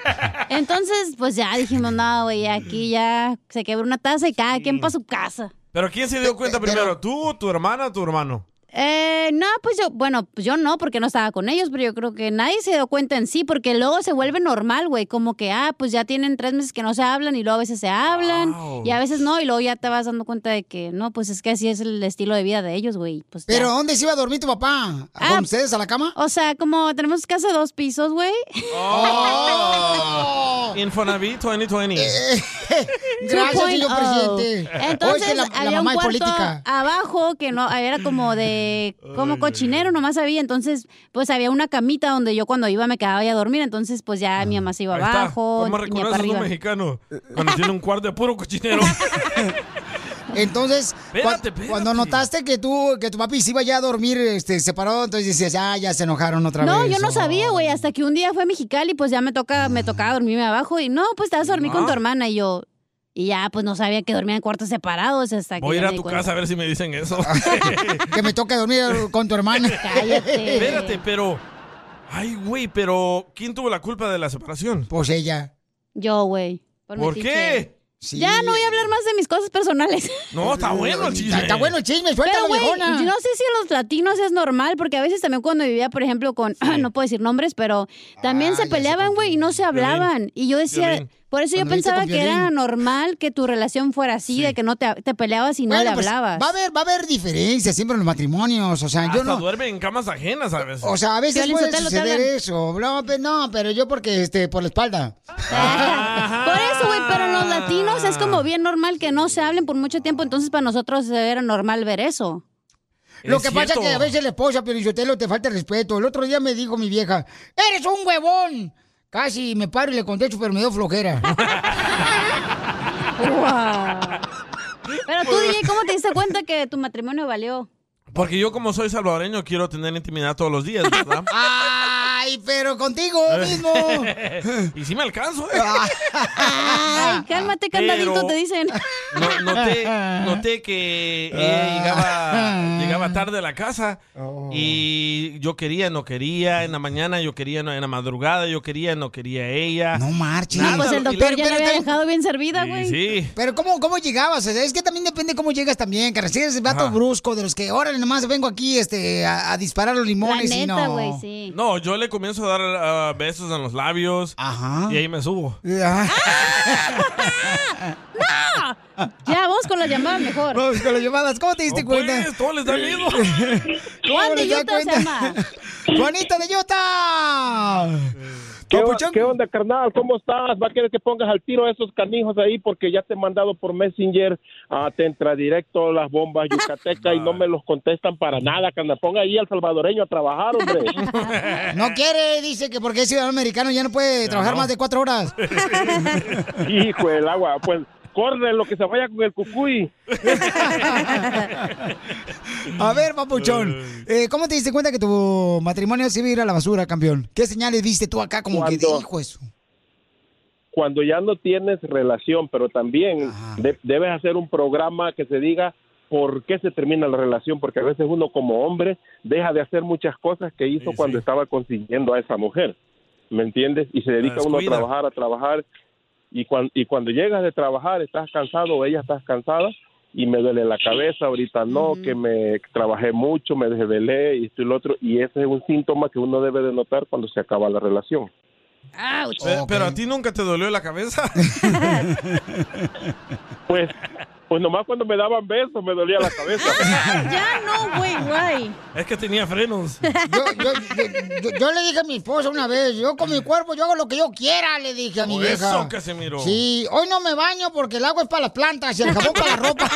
Speaker 3: Entonces, pues ya dijimos, no, güey, aquí ya se quebró una taza y cada quien para su casa.
Speaker 4: Pero ¿quién se dio cuenta primero? ¿Tú, tu hermana o tu hermano?
Speaker 3: Eh, no, pues yo, bueno, pues yo no, porque no estaba con ellos, pero yo creo que nadie se dio cuenta en sí, porque luego se vuelve normal, güey, como que, ah, pues ya tienen tres meses que no se hablan y luego a veces se hablan
Speaker 2: Wow.
Speaker 3: y a veces no, y luego ya te vas dando cuenta de que, no, pues es que así es el estilo de vida de ellos, güey. Pues
Speaker 2: ¿Pero
Speaker 3: ya.
Speaker 2: dónde se iba a dormir tu papá? ¿Con
Speaker 3: Ah.
Speaker 2: ustedes a la cama?
Speaker 3: O sea, como tenemos casa de dos pisos, güey.
Speaker 2: Oh.
Speaker 4: Infonavit 2020.
Speaker 2: Gracias,
Speaker 3: 2.0.
Speaker 2: señor Eh, presidente.
Speaker 3: Entonces,
Speaker 2: Oye, la- la
Speaker 3: había
Speaker 2: mamá
Speaker 3: un
Speaker 2: es
Speaker 3: cuarto
Speaker 2: política.
Speaker 3: abajo que no era como de como cochinero, nomás había. Entonces, pues había una camita donde yo cuando iba me quedaba ya a dormir. Entonces, pues ya mi mamá se iba
Speaker 4: Ahí está. Pues,
Speaker 3: abajo,
Speaker 4: ¿Cómo
Speaker 3: mi papá
Speaker 4: reconoces a un
Speaker 3: arriba.
Speaker 4: mexicano cuando tiene un cuarto de puro cochinero?
Speaker 2: Entonces, cua-
Speaker 4: Espérate, espérate.
Speaker 2: cuando notaste que tú, que tu papi se iba ya a dormir este, separado, entonces decías, ah, ya se enojaron otra
Speaker 3: No,
Speaker 2: vez.
Speaker 3: yo no
Speaker 2: Oh.
Speaker 3: sabía, güey, hasta que un día fue a Mexicali, pues ya me toca, me tocaba dormirme abajo y no, pues te vas a dormir con tu
Speaker 4: Ah.
Speaker 3: hermana y yo y ya, pues no sabía que dormían en cuartos separados hasta que
Speaker 4: Voy
Speaker 3: ya
Speaker 4: a ir a
Speaker 3: me di
Speaker 4: tu
Speaker 3: cuenta.
Speaker 4: casa a ver si me dicen eso.
Speaker 2: Que me toque dormir con tu hermana.
Speaker 3: Cállate.
Speaker 4: Espérate, pero. Ay, güey, pero ¿quién tuvo la culpa de la separación?
Speaker 2: Pues ella.
Speaker 3: Yo, güey.
Speaker 4: ¿Por
Speaker 3: metiche.
Speaker 4: qué?
Speaker 3: Ya no voy a hablar más de mis cosas personales.
Speaker 4: No, está bueno el chisme.
Speaker 2: Está, está bueno el chisme,
Speaker 3: Pero,
Speaker 2: suéltalo,
Speaker 3: güey,
Speaker 2: viejona.
Speaker 3: yo no sé si a los latinos es normal, porque a veces también cuando vivía, por ejemplo, con, no puedo decir nombres, pero
Speaker 2: Ah,
Speaker 3: también se peleaban, güey, y no se hablaban. Y yo decía,
Speaker 2: Piolín.
Speaker 3: por eso yo
Speaker 2: Cuando viviste
Speaker 3: pensaba
Speaker 2: con
Speaker 3: que
Speaker 2: Piolín.
Speaker 3: era normal que tu relación fuera así, de que no te, te peleabas y no
Speaker 2: Bueno,
Speaker 3: le
Speaker 2: pues,
Speaker 3: hablabas.
Speaker 2: va a haber, va a haber diferencias siempre en los matrimonios. O sea, yo
Speaker 4: Hasta
Speaker 2: no.
Speaker 4: duermen en camas ajenas a veces.
Speaker 2: O sea, a veces
Speaker 4: Piolín
Speaker 2: puede
Speaker 4: Sotelo, te
Speaker 2: suceder
Speaker 4: hablan.
Speaker 2: eso. No, pe- no, pero yo porque este, por la espalda.
Speaker 3: Por eso, güey, pero los latinos es como bien normal que no se hablen por mucho tiempo, entonces para nosotros era normal ver eso.
Speaker 2: Lo
Speaker 3: Es
Speaker 2: que pasa es
Speaker 3: cierto.
Speaker 2: que a veces la esposa, Piolichotelo, te falta el respeto. El otro día me dijo mi vieja, ¡eres un huevón! Casi me paro y le contesto, pero me dio flojera.
Speaker 3: Pero tú, DJ, ¿cómo te diste cuenta que tu matrimonio valió?
Speaker 4: Porque yo, como soy salvadoreño, quiero tener intimidad todos los días, ¿verdad? Eh.
Speaker 2: Ay, pero contigo mismo.
Speaker 4: y sí me alcanzo, ¿eh?
Speaker 3: Ay, cálmate, cantadito,
Speaker 4: Pero-
Speaker 3: te dicen.
Speaker 4: No- noté, noté que
Speaker 2: Ah.
Speaker 4: ella llegaba, llegaba tarde a la casa
Speaker 2: Oh.
Speaker 4: y yo quería, no quería, en la mañana yo quería, no, en la madrugada yo quería, no quería ella.
Speaker 2: No marches.
Speaker 3: No, pues el doctor ya la había dejado bien servida, güey.
Speaker 4: Sí.
Speaker 2: Pero ¿cómo, cómo llegabas? O sea, es que también depende cómo llegas también, que recibes el vato brusco de los que, órale, nomás vengo aquí este, a, a disparar los limones y Pues no.
Speaker 3: sí.
Speaker 4: No, yo le comienzo a dar ah, besos en los labios y ahí me subo.
Speaker 2: Eh,
Speaker 3: ¡No! Ya, vamos con las llamadas mejor.
Speaker 2: Vamos con las llamadas. ¿Cómo te diste cuenta?
Speaker 4: Pues, todo les da miedo.
Speaker 2: ¿Cómo
Speaker 3: Juan de
Speaker 2: les da
Speaker 3: Utah se
Speaker 2: cuenta?
Speaker 3: llama.
Speaker 2: ¡Juanita de Utah!
Speaker 18: ¿Qué, o- qué onda, carnal? ¿Cómo estás? Va a querer que pongas al tiro a esos canijos ahí porque ya te he mandado por Messenger. ah, te entra directo las bombas yucateca y no me los contestan para nada, carnal. Ponga ahí al salvadoreño a trabajar, hombre.
Speaker 2: No quiere, dice que porque es ciudadano americano ya no puede trabajar más de cuatro horas.
Speaker 18: Hijo del agua, pues corre lo que se vaya con el cucuy.
Speaker 2: A ver, papuchón, eh, ¿cómo te diste cuenta que tu matrimonio se iba a ir a la basura, campeón? ¿Qué señales viste tú acá como que de
Speaker 18: Cuando-
Speaker 2: hijo eso?
Speaker 18: Cuando ya no tienes relación, pero también de- debes hacer un programa que se diga por qué se termina la relación, porque a veces uno como hombre deja de hacer muchas cosas que hizo cuando estaba consiguiendo a esa mujer. ¿me entiendes? Y se dedica uno a
Speaker 13: descuida.
Speaker 18: trabajar, a trabajar, y, cuan- y cuando llegas de trabajar estás cansado o ella estás cansada y me duele la cabeza, ahorita no, que me trabajé mucho, me desvelé y esto y lo otro, y ese es un síntoma que uno debe de notar cuando se acaba la relación.
Speaker 4: Pe- Pero a ti nunca te dolió la cabeza.
Speaker 18: Pues, pues nomás cuando me daban besos me dolía la cabeza.
Speaker 3: Ya no, güey, güey.
Speaker 4: es que tenía frenos.
Speaker 2: Yo, yo- yo- yo- yo le dije a mi esposa una vez, yo con mi cuerpo yo hago lo que yo quiera, le dije a mi
Speaker 4: Eso,
Speaker 2: vieja.
Speaker 4: Casimiro.
Speaker 2: Sí, hoy no me baño porque el agua es para las plantas y el jabón para la ropa.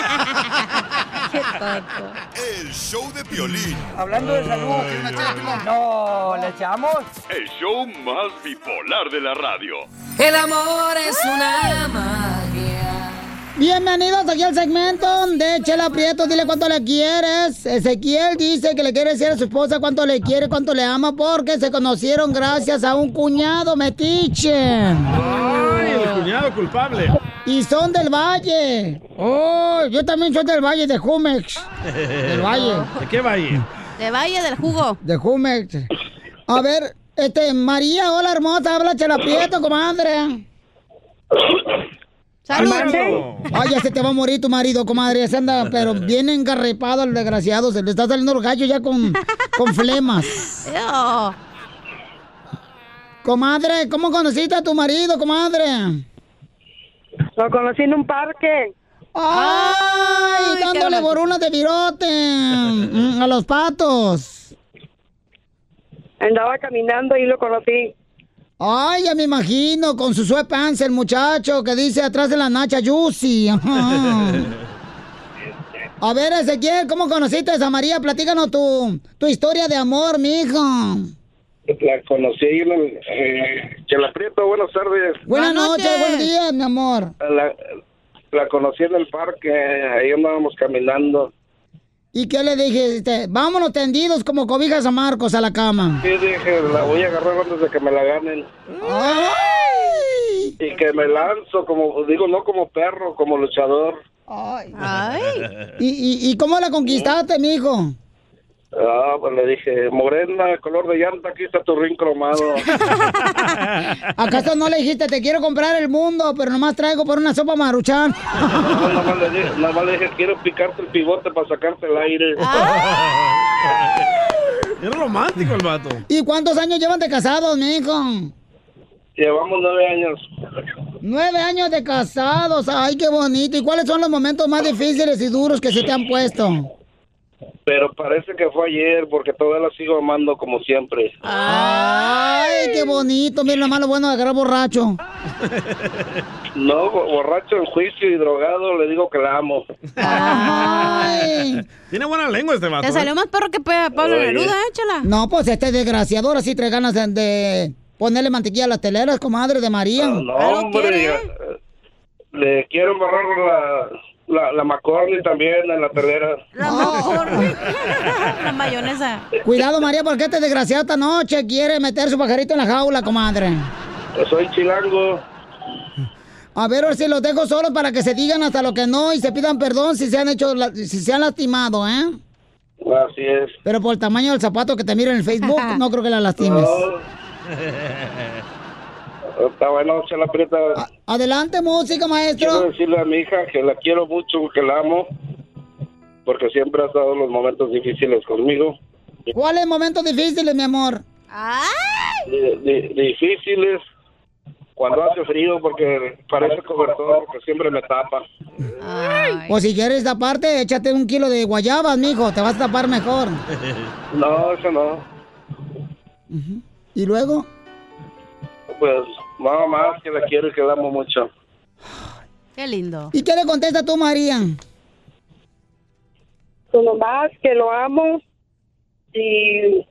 Speaker 14: El show de Piolín.
Speaker 5: Hablando de salud, ¿quieres una chela? No, ¿le echamos?
Speaker 14: El show más bipolar de la radio.
Speaker 5: El amor es una magia.
Speaker 2: Bienvenidos aquí al segmento de Chela Prieto, dile cuánto le quieres. Ezequiel dice que le quiere decir a su esposa cuánto le quiere, cuánto le ama, porque se conocieron gracias a un cuñado metiche.
Speaker 28: Ay, el cuñado culpable.
Speaker 2: Y son del Valle. Oh, yo también soy del Valle de Jumex.
Speaker 28: Del
Speaker 2: valle.
Speaker 28: ¿De qué valle?
Speaker 3: De Valle del Jugo.
Speaker 2: De Jumex. A ver, este, María, hola hermosa, habla Chela Prieto, comadre. ¡Salud! Ay, ya se te va a morir tu marido, comadre. Se anda, pero bien engarrepado al desgraciado. Se le está saliendo el gallo ya con, con flemas. Comadre, ¿cómo conociste a tu marido, comadre?
Speaker 17: Lo conocí en un parque.
Speaker 2: ¡Ay!
Speaker 17: Ay,
Speaker 2: dándole
Speaker 17: caray.
Speaker 2: borunas de virote mm, a los patos.
Speaker 17: Andaba caminando y lo conocí.
Speaker 2: Ay, ya me imagino, con su sweatpants el muchacho que dice atrás de la nacha Yusi. Ajá. A ver, Ezequiel, ¿cómo conociste a María? Platícanos tu, tu historia de amor, mijo.
Speaker 18: La conocí ahí en el, eh, Chela Prieto, buenas tardes.
Speaker 2: Buenas noches, buenos días, mi amor.
Speaker 18: La, la conocí en el parque, ahí andábamos caminando.
Speaker 2: ¿Y qué le dijiste? Vámonos tendidos como cobijas a Marcos a la cama.
Speaker 18: Sí, dije, la voy a agarrar antes de que me la ganen. Y que me lanzo, como digo, no como perro, como luchador.
Speaker 2: ¿Y, y, y cómo la conquistaste, mijo?
Speaker 18: Ah, pues le dije, morena, color de llanta, aquí está tu rin cromado.
Speaker 2: ¿Acaso no le dijiste, te quiero comprar el mundo, pero nomás traigo por una sopa maruchan?
Speaker 18: No, nada más le dije, nada más le dije, quiero picarte el pivote para sacarte el aire.
Speaker 2: Ah.
Speaker 10: Es romántico el vato.
Speaker 2: ¿Y cuántos años llevan de casados, mijo?
Speaker 18: Llevamos nueve años.
Speaker 2: Nueve años de casados, ay, qué bonito. ¿Y cuáles son los momentos más difíciles y duros que se te han puesto?
Speaker 18: Pero parece que fue ayer, porque todavía la sigo amando como siempre.
Speaker 2: Ay, qué bonito. Mira, lo malo bueno de agarrar borracho.
Speaker 18: No, bo- borracho en juicio y drogado, le digo que la amo.
Speaker 10: Tiene buena lengua este vato.
Speaker 3: Te salió
Speaker 10: ¿eh?
Speaker 3: más perro que pe- Pablo
Speaker 10: Oye.
Speaker 3: Neruda, eh, échala.
Speaker 2: No, pues este desgraciado ahora sí trae ganas de, de ponerle mantequilla a las teleras, comadre de
Speaker 10: ¿eh?
Speaker 2: María.
Speaker 18: No, hombre, eh, le quiero embarrar la, la, la McCormick también en la telera.
Speaker 3: La mayonesa.
Speaker 2: Cuidado, María, porque este desgraciado esta noche quiere meter su pajarito en la jaula, comadre.
Speaker 18: Pues soy chilango.
Speaker 2: A ver, ahora si los dejo solos para que se digan hasta lo que no y se pidan perdón si se han hecho, la- si se han lastimado, ¿eh?
Speaker 18: Así es.
Speaker 2: Pero por el tamaño del zapato que te miro en el Facebook, no creo que la lastimes.
Speaker 18: No. Está bueno, Chela Prieta.
Speaker 2: Adelante, música,
Speaker 18: Quiero
Speaker 2: maestro.
Speaker 18: decirle a mi hija que la quiero mucho, que la amo, porque siempre ha estado en los momentos difíciles conmigo.
Speaker 2: ¿Cuáles momentos difíciles, mi amor?
Speaker 18: Di- di- difíciles cuando hace frío, porque parece cobertor, porque siempre me tapa.
Speaker 2: O Pues si quieres taparte, échate un kilo de guayabas, mijo, te vas a tapar mejor.
Speaker 18: No, eso no.
Speaker 2: ¿Y luego?
Speaker 18: Pues nada más que la quiero y que la amo mucho.
Speaker 3: Qué lindo.
Speaker 2: ¿Y qué le contesta tú, María?
Speaker 17: Solo más Pues que lo amo. Y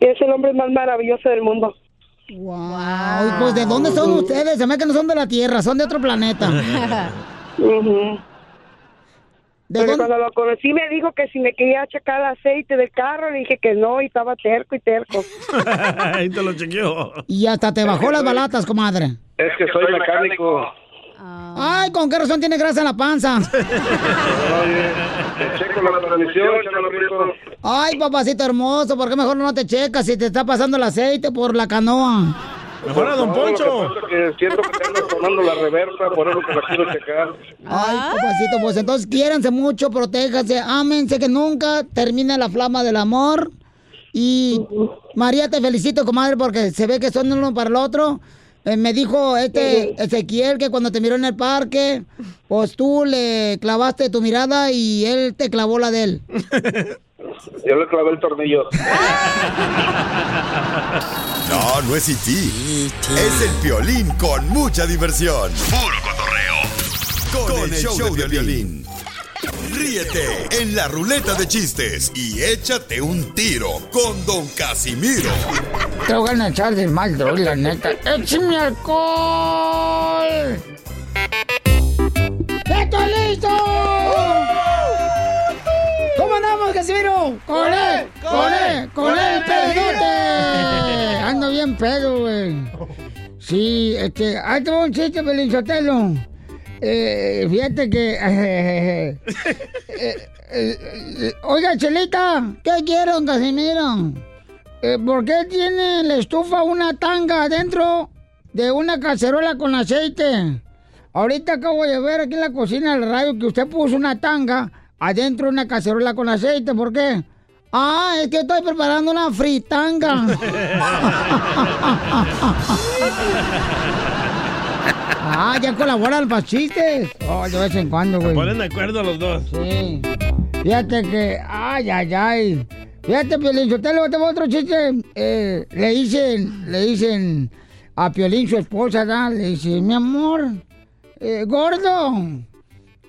Speaker 17: que es el hombre más maravilloso del mundo.
Speaker 2: Ay, pues, ¿de dónde son ustedes? Se me hace que no son de la Tierra, son de otro planeta.
Speaker 17: Ujú. Porque
Speaker 2: dónde-
Speaker 17: cuando lo conocí me dijo que si me quería checar el aceite del carro, le dije que no y estaba terco y terco.
Speaker 10: Ahí te lo chequeo.
Speaker 2: Y hasta te bajó las balatas, comadre.
Speaker 18: Es que soy mecánico.
Speaker 2: Ay, ¿con qué razón tiene grasa en la panza?
Speaker 18: Oye, te checo la transmisión, Chela Prieto.
Speaker 2: Ay, papacito hermoso, ¿por qué mejor no te checas si te está pasando el aceite por la canoa?
Speaker 18: Mejor a Don Poncho. que siento que te ando sonando la reversa, por eso te la quiero checar.
Speaker 2: Ay, papacito, pues entonces quiéranse mucho, protéjanse, ámense, que nunca termine la flama del amor. Y María, te felicito, comadre, porque se ve que son el uno para el otro. Eh, me dijo este Ezequiel que cuando te miró en el parque, pues tú le clavaste tu mirada y él te clavó la de él.
Speaker 18: Yo le clavé el tornillo.
Speaker 11: No, no es IT. Es el violín con mucha diversión. Puro cotorreo. Con, el, show, de violín. Ríete en la ruleta de chistes y échate un tiro con Don Casimiro.
Speaker 2: Te voy a echar de mal, la neta. ¡Échame alcohol! ¡Estoy listo! ¡Uh! ¿Cómo andamos, Casimiro? ¡Con él! ¡Con él! ¡Con él, pedote! Ando bien pedo, güey. Sí, este... Ahí te va un chiste, Pelinchotelo. Eh, fíjate que... eh, eh, eh, oiga, Chelita, ¿qué quieren, Casimiro? Eh, ¿Por qué tiene en la estufa una tanga adentro de una cacerola con aceite. Ahorita acabo de ver aquí en la cocina del radio que usted puso una tanga adentro de una cacerola con aceite. ¿Por qué? Ah, es que estoy preparando una fritanga.
Speaker 5: eh.
Speaker 2: ah, ya colaboran para chistes. Oh, de vez en cuando,
Speaker 29: Se
Speaker 2: güey.
Speaker 29: ponen de acuerdo los dos.
Speaker 2: Sí. Fíjate que, ay, ay, ay. Fíjate, Piolín, yo te le tengo otro chiste. Eh, le dicen, le dicen a Piolín, su esposa, ¿verdad? le dice, mi amor, eh, gordo,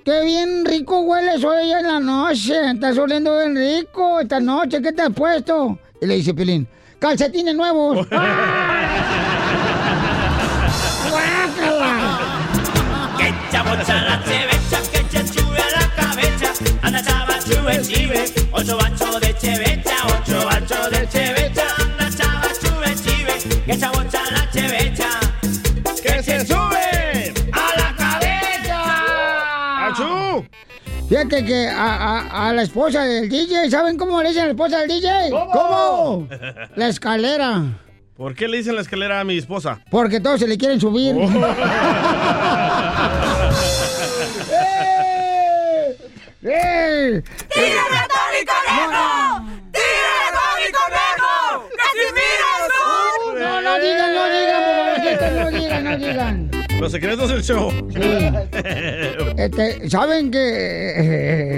Speaker 2: qué bien rico hueles hoy en la noche. Estás oliendo bien rico esta noche, ¿qué te has puesto? Y le dice Piolín, calcetines nuevos.
Speaker 5: Que chabochara se becha, que chachube a la cabeza, anda chava chube chive, ocho bacho de chevecha, ocho bacho de chevecha, anda chava chube chive, que chabochara chevecha, que se sube a la cabeza.
Speaker 2: ¡Achú! Fíjate que a, a- a la esposa del DJ, ¿saben cómo le dicen a la esposa del DJ?
Speaker 29: ¿Cómo?
Speaker 2: ¿Cómo? La escalera.
Speaker 29: ¿Por qué le dicen la escalera a mi esposa?
Speaker 2: Porque todos se le quieren subir.
Speaker 29: Oh.
Speaker 2: ¡Eh!
Speaker 5: ¡Tírame a Tony Conejo! ¡Tírame a Tony Conejo! ¡Casimiro
Speaker 2: Azul! No, no digan, no digan, por favor, que esto no digan, no digan.
Speaker 29: Los secretos del show.
Speaker 2: Este, ¿Saben que,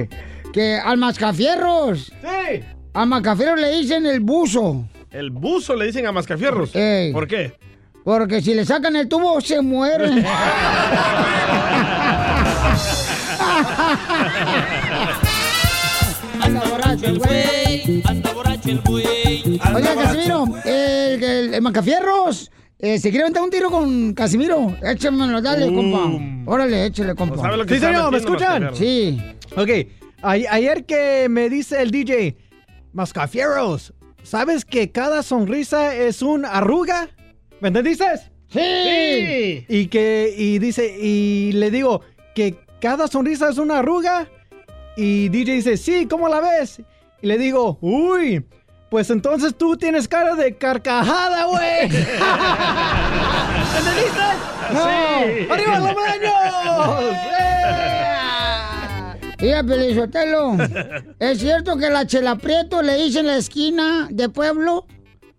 Speaker 2: eh, que al mascafierros? Sí. Al mascafierros le dicen el buzo.
Speaker 29: El buzo le dicen a Mascafierros.
Speaker 2: Ey.
Speaker 29: ¿Por qué?
Speaker 2: Porque si le sacan el tubo, se mueren. Anda borracho el güey.
Speaker 5: Anda borracho el güey.
Speaker 2: Oiga, Casimiro, el, el, el Mascafierros eh, se quiere aventar un tiro con Casimiro. Échamelo, dale, compa. Órale, échale, compa.
Speaker 26: sí, señor, ¿me escuchan?
Speaker 2: Sí.
Speaker 26: Ok, a- ayer que me dice el DJ, Mascafierros, ¿sabes que cada sonrisa es un arruga? ¿Me entendiste?
Speaker 2: Sí.
Speaker 26: Y que, y dice, y le digo que cada sonrisa es una arruga. Y DJ dice, sí, ¿cómo la ves? Y le digo, uy, pues entonces tú tienes cara de carcajada, güey. ¿Entendiste?
Speaker 5: Sí.
Speaker 26: ¡Arriba los manos!
Speaker 2: Mira, Pelizotelo, ¿es cierto que la Chela Prieto le dicen la esquina de pueblo?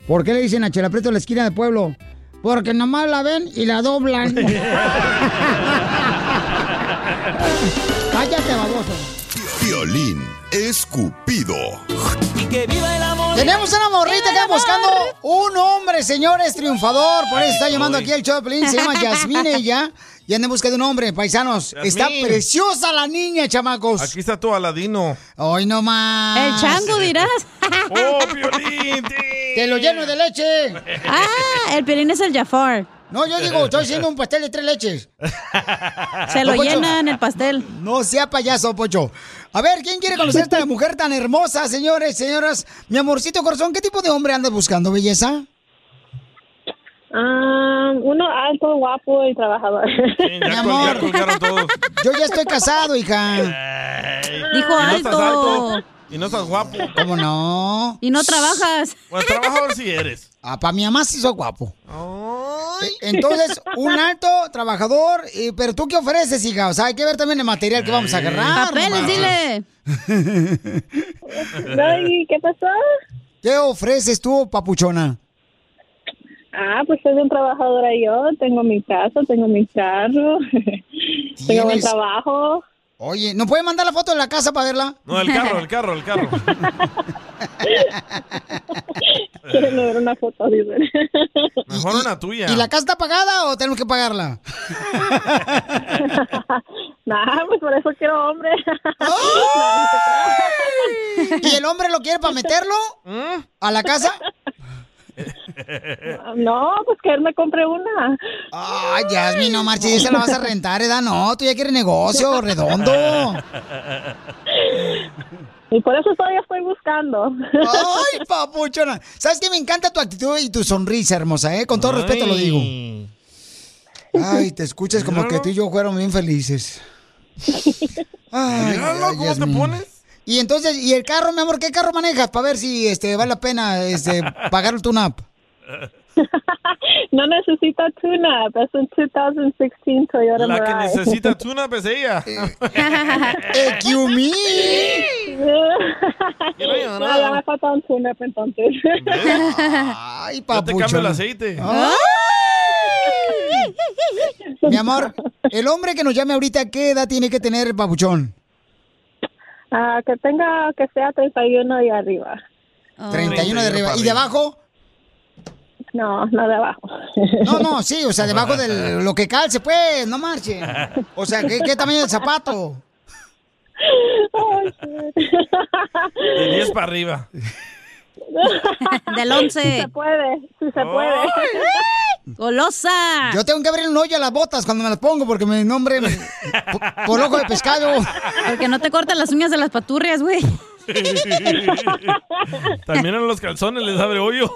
Speaker 2: ¿Por qué le dicen a Chela Prieto la esquina de pueblo? Porque nomás la ven y la doblan. Cállate, baboso.
Speaker 11: Violín escupido.
Speaker 2: Tenemos una morrita acá buscando un hombre, señores, triunfador. Por eso está llamando aquí el show de Pelín. Se llama Yasmine ella. Y anda en busca de un hombre, paisanos. Está
Speaker 4: Yasmín.
Speaker 2: preciosa la niña, chamacos.
Speaker 4: Aquí está tu Aladino.
Speaker 2: Hoy no más.
Speaker 4: El chango,
Speaker 3: dirás.
Speaker 4: ¡Oh, Piolín!
Speaker 2: Te lo lleno de leche.
Speaker 3: Ah, el piolín es el Jafar.
Speaker 2: No, yo digo, estoy haciendo un pastel de tres leches.
Speaker 3: Se lo llenan el pastel.
Speaker 2: No sea payaso, Pocho. A ver, ¿quién quiere conocer a esta mujer tan hermosa, señores, señoras? Mi amorcito corazón, ¿qué tipo de hombre andas buscando, belleza?
Speaker 8: uno alto, guapo y trabajador.
Speaker 2: Mi amor, yo ya estoy casado, hija.
Speaker 3: Dijo
Speaker 4: Y no estás
Speaker 3: alto.
Speaker 4: alto, Y no estás guapo.
Speaker 2: ¿Cómo no?
Speaker 3: Y no trabajas.
Speaker 4: Bueno, trabajador sí eres.
Speaker 2: Ah, para mi mamá sí soy guapo. E-, Entonces, un alto trabajador, eh, pero ¿tú qué ofreces, hija? O sea, hay que ver también el material que
Speaker 4: Eh.
Speaker 2: vamos a agarrar.
Speaker 3: Papeles, dile.
Speaker 2: dile. ¿Qué pasó? ¿Qué ofreces tú, papuchona?
Speaker 8: Ah, pues soy bien trabajadora yo. Tengo mi casa, tengo mi carro, tengo buen
Speaker 2: ¿Tienes?
Speaker 8: trabajo.
Speaker 2: Oye, ¿no puede mandar la foto de la casa para verla?
Speaker 4: No, el carro, el carro, el carro.
Speaker 8: Quiero ver una foto, dicen.
Speaker 4: Mejor una tuya.
Speaker 2: ¿Y la casa está pagada o tenemos que pagarla?
Speaker 8: Nah, pues por eso quiero hombre.
Speaker 2: ¿Y el hombre lo quiere para meterlo
Speaker 4: ¿Mm?
Speaker 2: a la casa?
Speaker 8: No, pues que él me compre una.
Speaker 2: Ay, Yasmin, no marches, esa la vas a rentar, ¿edad? No, tú ya quieres negocio redondo.
Speaker 8: Y por eso todavía estoy buscando.
Speaker 2: Ay, papuchona. ¿Sabes qué? Me encanta tu actitud y tu sonrisa hermosa, ¿eh? Con todo respeto lo digo. Ay, te escuchas como que tú y yo fueron bien felices. Ay,
Speaker 4: Míralo, ¿cómo te pones?
Speaker 2: Y entonces, ¿y el carro, mi amor? ¿Qué carro manejas? Para ver si este, vale la pena este, pagar tu NAP.
Speaker 22: No necesita tune-up,
Speaker 8: pues
Speaker 22: es un 2016 Toyota
Speaker 4: La que
Speaker 22: Mirai.
Speaker 4: necesita tuna, pues ella.
Speaker 2: ¡Excuse me!
Speaker 22: No, ya me falta un tune-up entonces.
Speaker 2: Ay,
Speaker 4: Yo te cambio el
Speaker 2: papuchón.
Speaker 4: aceite.
Speaker 2: Ah. Mi amor, el hombre que nos llame ahorita, ¿qué edad tiene que tener el papuchón?
Speaker 22: Ah, que tenga, que sea 31 y arriba.
Speaker 3: Oh.
Speaker 2: 31 de arriba. ¿Y de abajo?
Speaker 22: No, no de abajo.
Speaker 2: No, no, sí, o sea, debajo de lo que calce, pues, no marchen. O sea, ¿qué, qué tamaño del zapato?
Speaker 4: De 10 para arriba.
Speaker 3: Del once.
Speaker 22: Si se puede, si se puede.
Speaker 3: ¡Golosa!
Speaker 2: Yo tengo que abrir un hoyo a las botas cuando me las pongo porque mi nombre me- por, por ojo de pescado.
Speaker 3: Porque no te cortan las uñas de las paturrias, güey.
Speaker 4: También en los calzones les abre hoyo.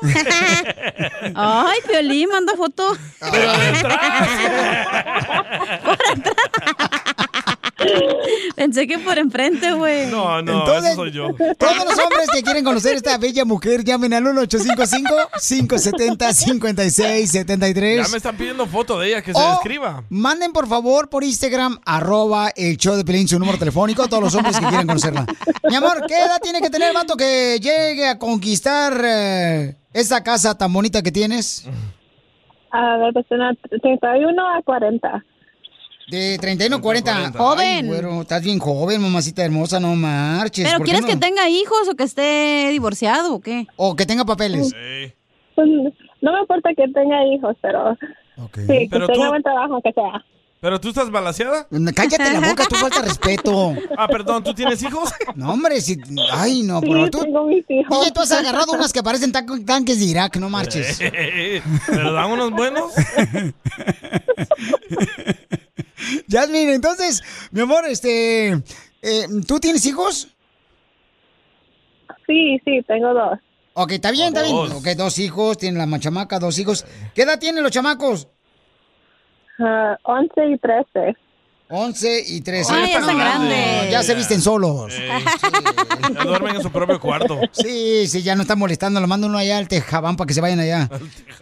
Speaker 3: Ay, Piolín, manda foto. Pensé que por enfrente, güey.
Speaker 4: No, no,
Speaker 2: Entonces-
Speaker 4: eso soy yo.
Speaker 2: Todos los hombres que quieren conocer esta bella mujer, llamen al 1-855-570-5673.
Speaker 4: Ya me están pidiendo foto de ella que se
Speaker 2: O
Speaker 4: describa.
Speaker 2: Manden por favor por Instagram, arroba el show de Pelín, su número telefónico, todos los hombres que quieran conocerla. Mi amor, ¿qué edad tiene que tener el vato que llegue a conquistar eh, esa casa tan bonita que tienes?
Speaker 22: A ver, pues una 31 a 40.
Speaker 2: De 31 a 40.
Speaker 3: Joven.
Speaker 2: Ay, güero, estás bien joven, mamacita hermosa, no marches.
Speaker 3: ¿Pero
Speaker 2: ¿por qué
Speaker 3: quieres que
Speaker 2: no?
Speaker 3: tenga hijos o que esté divorciado o qué?
Speaker 2: O que tenga papeles.
Speaker 22: Pues, no me importa que tenga hijos, pero sí,
Speaker 4: Pero
Speaker 22: que tenga
Speaker 4: tú-
Speaker 22: buen trabajo, que sea.
Speaker 4: ¿Pero tú estás balaseada?
Speaker 2: Cállate la boca, tú falta respeto.
Speaker 4: Ah, perdón, ¿tú tienes hijos?
Speaker 2: No, hombre, si... Ay, no, pero tú... Oye, tú has agarrado unas que parecen tan- tanques de Irak, no marches.
Speaker 4: ¿Pero dan unos buenos?
Speaker 2: Yasmin, entonces, mi amor, este, eh, ¿tú tienes hijos?
Speaker 22: Sí, sí, tengo dos.
Speaker 2: Ok, está bien, está bien.
Speaker 22: Dos.
Speaker 2: Ok, dos hijos, tiene la machamaca, dos hijos. ¿Qué edad tienen los chamacos?
Speaker 22: Ah, 11 y 13.
Speaker 2: 11 y 13.
Speaker 22: Ay, ya están
Speaker 4: grandes.
Speaker 2: Ya se visten solos.
Speaker 4: Ya duermen en su propio cuarto.
Speaker 2: Sí, sí, ya no están molestando. Lo mando uno allá al Tejabán para que se vayan allá.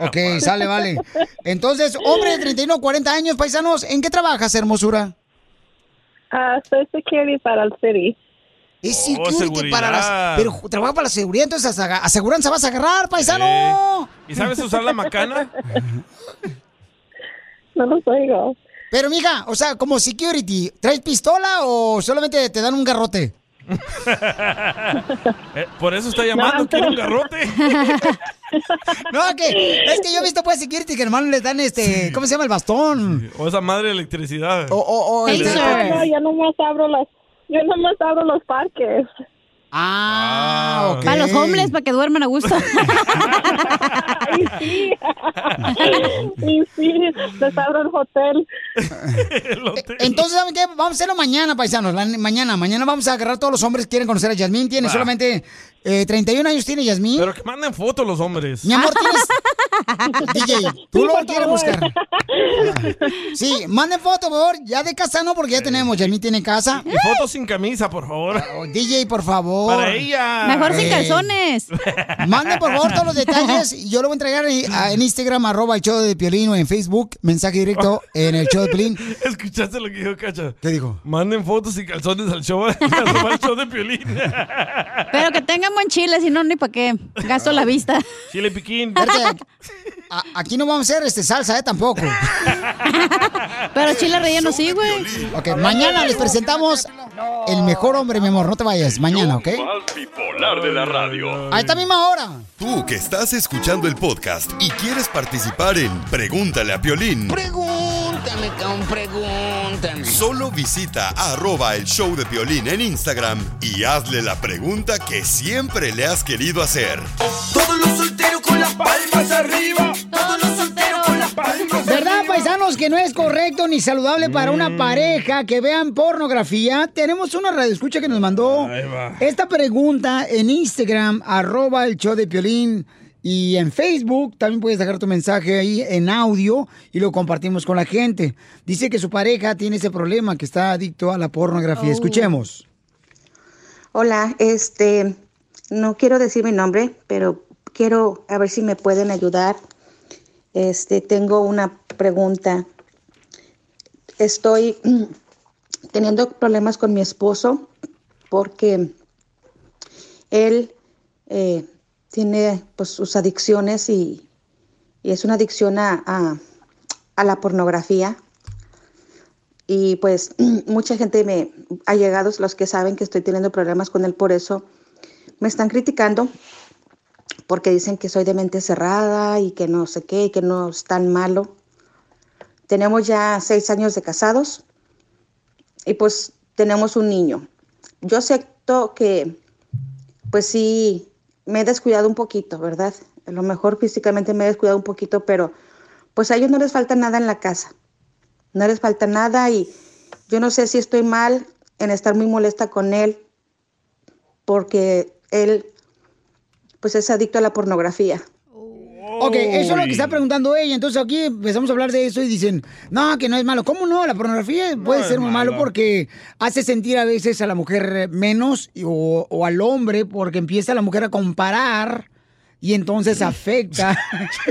Speaker 2: Ok, sale, vale. Entonces, hombre de 31, 40 años, paisanos, ¿en qué trabajas, hermosura?
Speaker 22: Ah, soy security para el city.
Speaker 2: Es
Speaker 4: Oh,
Speaker 2: security para las. Pero ju- trabaja para la seguridad, entonces asa- aseguranza vas a agarrar, paisano.
Speaker 4: Eh, ¿Y sabes usar la macana?
Speaker 22: No los oigo.
Speaker 2: Pero, mija, o sea, como security, ¿traes pistola o solamente te dan un garrote?
Speaker 4: Eh, Por eso está llamando, quiero un garrote.
Speaker 2: No, que es que yo he visto pues security que hermano les dan este, ¿cómo se llama el bastón?
Speaker 4: O esa madre de electricidad.
Speaker 2: o-
Speaker 4: El
Speaker 22: Ah, no,
Speaker 4: electric-
Speaker 22: yo nomás abro los, yo nomás abro los parques.
Speaker 2: Ah,
Speaker 3: Para los hombres, para que duerman a gusto.
Speaker 22: y sí, les abro el hotel.
Speaker 2: Eh, Entonces, ¿saben qué? Vamos a hacerlo mañana, paisanos. la- mañana, mañana vamos a agarrar a todos los hombres que quieren conocer a Yasmín. Tiene
Speaker 4: Va.
Speaker 2: solamente eh, 31 años, tiene Yasmín.
Speaker 4: Pero que manden fotos los hombres.
Speaker 2: Mi amor, tienes. DJ, tú lo quieres buscar. Ah, Sí, manden foto, por favor. Ya de casa no, porque ya tenemos. Yasmín tiene casa.
Speaker 4: Y fotos sin camisa, por favor.
Speaker 2: DJ, por favor.
Speaker 4: Para ella.
Speaker 3: Mejor sin
Speaker 2: Eh.
Speaker 3: calzones.
Speaker 2: Manden por favor todos los detalles. y Yo lo voy a entregar en, a- en Instagram, arroba el show de Piolín o en Facebook, mensaje directo en el show de Piolín.
Speaker 4: ¿Escuchaste lo que dijo Cacha?
Speaker 2: ¿Qué dijo?
Speaker 4: Manden fotos y calzones al show, al show de Piolín.
Speaker 3: Pero que tengan buen chile, si no, ni para qué. Gasto la vista.
Speaker 4: Chile piquín.
Speaker 2: Espérate, a- aquí no vamos a hacer este salsa, ¿eh? Tampoco.
Speaker 3: Pero chile relleno sí, güey.
Speaker 2: Ok, mañana les presentamos el mejor hombre, mi amor. No te vayas, mañana, ¿ok?
Speaker 11: Más bipolar de la radio.
Speaker 2: A esta misma hora.
Speaker 11: Tú que estás escuchando el podcast y quieres participar en Pregúntale a Piolín,
Speaker 2: Pregúntame, cabrón, pregúntame.
Speaker 11: solo visita arroba el show de Piolín en Instagram y hazle la pregunta que siempre le has querido hacer.
Speaker 13: Todos los solteros con las palmas arriba. Todos los solteros con las palmas
Speaker 2: ¿Verdad, paisanos, que no es correcto ni saludable para una pareja que vean pornografía? Tenemos una radioescucha que nos mandó esta pregunta en Instagram, arroba el show de Piolín. Y en Facebook también puedes dejar tu mensaje ahí en audio y lo compartimos con la gente. Dice que su pareja tiene ese problema, que está adicto a la pornografía.
Speaker 23: Oh.
Speaker 2: Escuchemos.
Speaker 23: Hola, este, no quiero decir mi nombre, pero quiero a ver si me pueden ayudar. Este, tengo una pregunta. Estoy mm, teniendo problemas con mi esposo porque él eh, tiene pues, sus adicciones y, y es una adicción a, a- a la pornografía. Y pues mucha gente me, allegados los que saben que estoy teniendo problemas con él por eso, me están criticando porque dicen que soy de mente cerrada y que no sé qué, y que no es tan malo. Tenemos ya seis años de casados y pues tenemos un niño. Yo acepto que pues sí, me he descuidado un poquito, ¿verdad? A lo mejor físicamente me he descuidado un poquito, pero pues a ellos no les falta nada en la casa. No les falta nada y yo no sé si estoy mal en estar muy molesta con él porque él pues es adicto a la pornografía.
Speaker 2: Ok, eso es lo que está preguntando ella. Entonces aquí empezamos a hablar de eso y dicen, no, que no es malo. ¿Cómo no? La pornografía puede
Speaker 13: es
Speaker 2: ser muy malo
Speaker 13: malo.
Speaker 2: porque hace sentir a veces a la mujer menos y- o, o al hombre porque empieza la mujer a comparar y entonces afecta.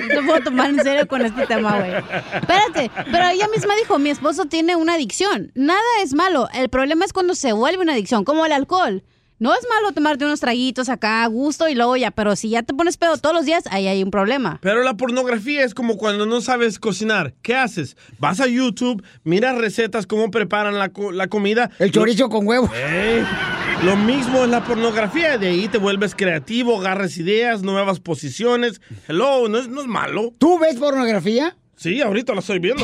Speaker 3: No te puedo tomar en serio con este tema, güey. Espérate, pero ella misma dijo, mi esposo tiene una adicción. Nada es malo. El problema es cuando se vuelve una adicción, como el alcohol. No es malo tomarte unos traguitos acá a gusto y luego ya, pero si ya te pones pedo todos los días, ahí hay un problema.
Speaker 10: Pero la pornografía es como cuando no sabes cocinar. ¿Qué haces? Vas a YouTube, miras recetas, cómo preparan la, co- la comida.
Speaker 2: El chorizo con huevo.
Speaker 10: Lo mismo es la pornografía. De ahí te vuelves creativo, agarras ideas, nuevas posiciones. Hello, no es, no es malo.
Speaker 2: ¿Tú ves pornografía?
Speaker 10: Sí, ahorita lo estoy viendo.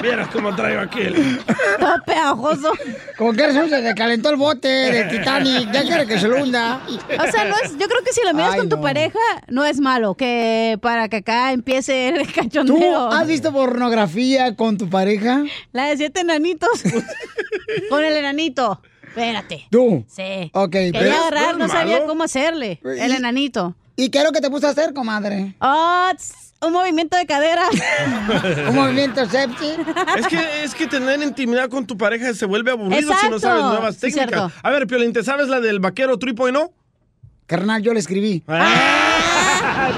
Speaker 10: Vieras cómo traigo aquel.
Speaker 2: Todo pegajoso. Con que razón se le calentó el bote del Titanic. Ya quiere que se lo hunda.
Speaker 3: O sea, no es, yo creo que si lo miras
Speaker 2: Ay,
Speaker 3: con tu
Speaker 2: no.
Speaker 3: pareja, no es malo que para que acá empiece el
Speaker 2: ¿Tú
Speaker 3: cachondeo.
Speaker 2: has visto pornografía con tu pareja?
Speaker 3: La de siete enanitos. con el enanito. Espérate.
Speaker 2: ¿Tú?
Speaker 3: Sí.
Speaker 2: Ok,
Speaker 3: Quería
Speaker 2: pero-
Speaker 3: agarrar,
Speaker 2: ¿No
Speaker 3: no
Speaker 2: es
Speaker 3: sabía
Speaker 2: malo?
Speaker 3: cómo hacerle. El
Speaker 2: ¿Y-
Speaker 3: enanito.
Speaker 2: ¿Y qué es lo que te puso a hacer, comadre?
Speaker 3: Ah, tss, un movimiento de cadera.
Speaker 2: Un movimiento sepsi.
Speaker 10: Es que, es que tener intimidad con tu pareja se vuelve aburrido si no
Speaker 2: Exacto.
Speaker 10: sabes nuevas
Speaker 2: Sí,
Speaker 10: técnicas.
Speaker 2: cierto.
Speaker 10: a ver, Piolín, ¿te sabes la del vaquero 3.0?
Speaker 2: Carnal, yo le escribí.
Speaker 4: Ah,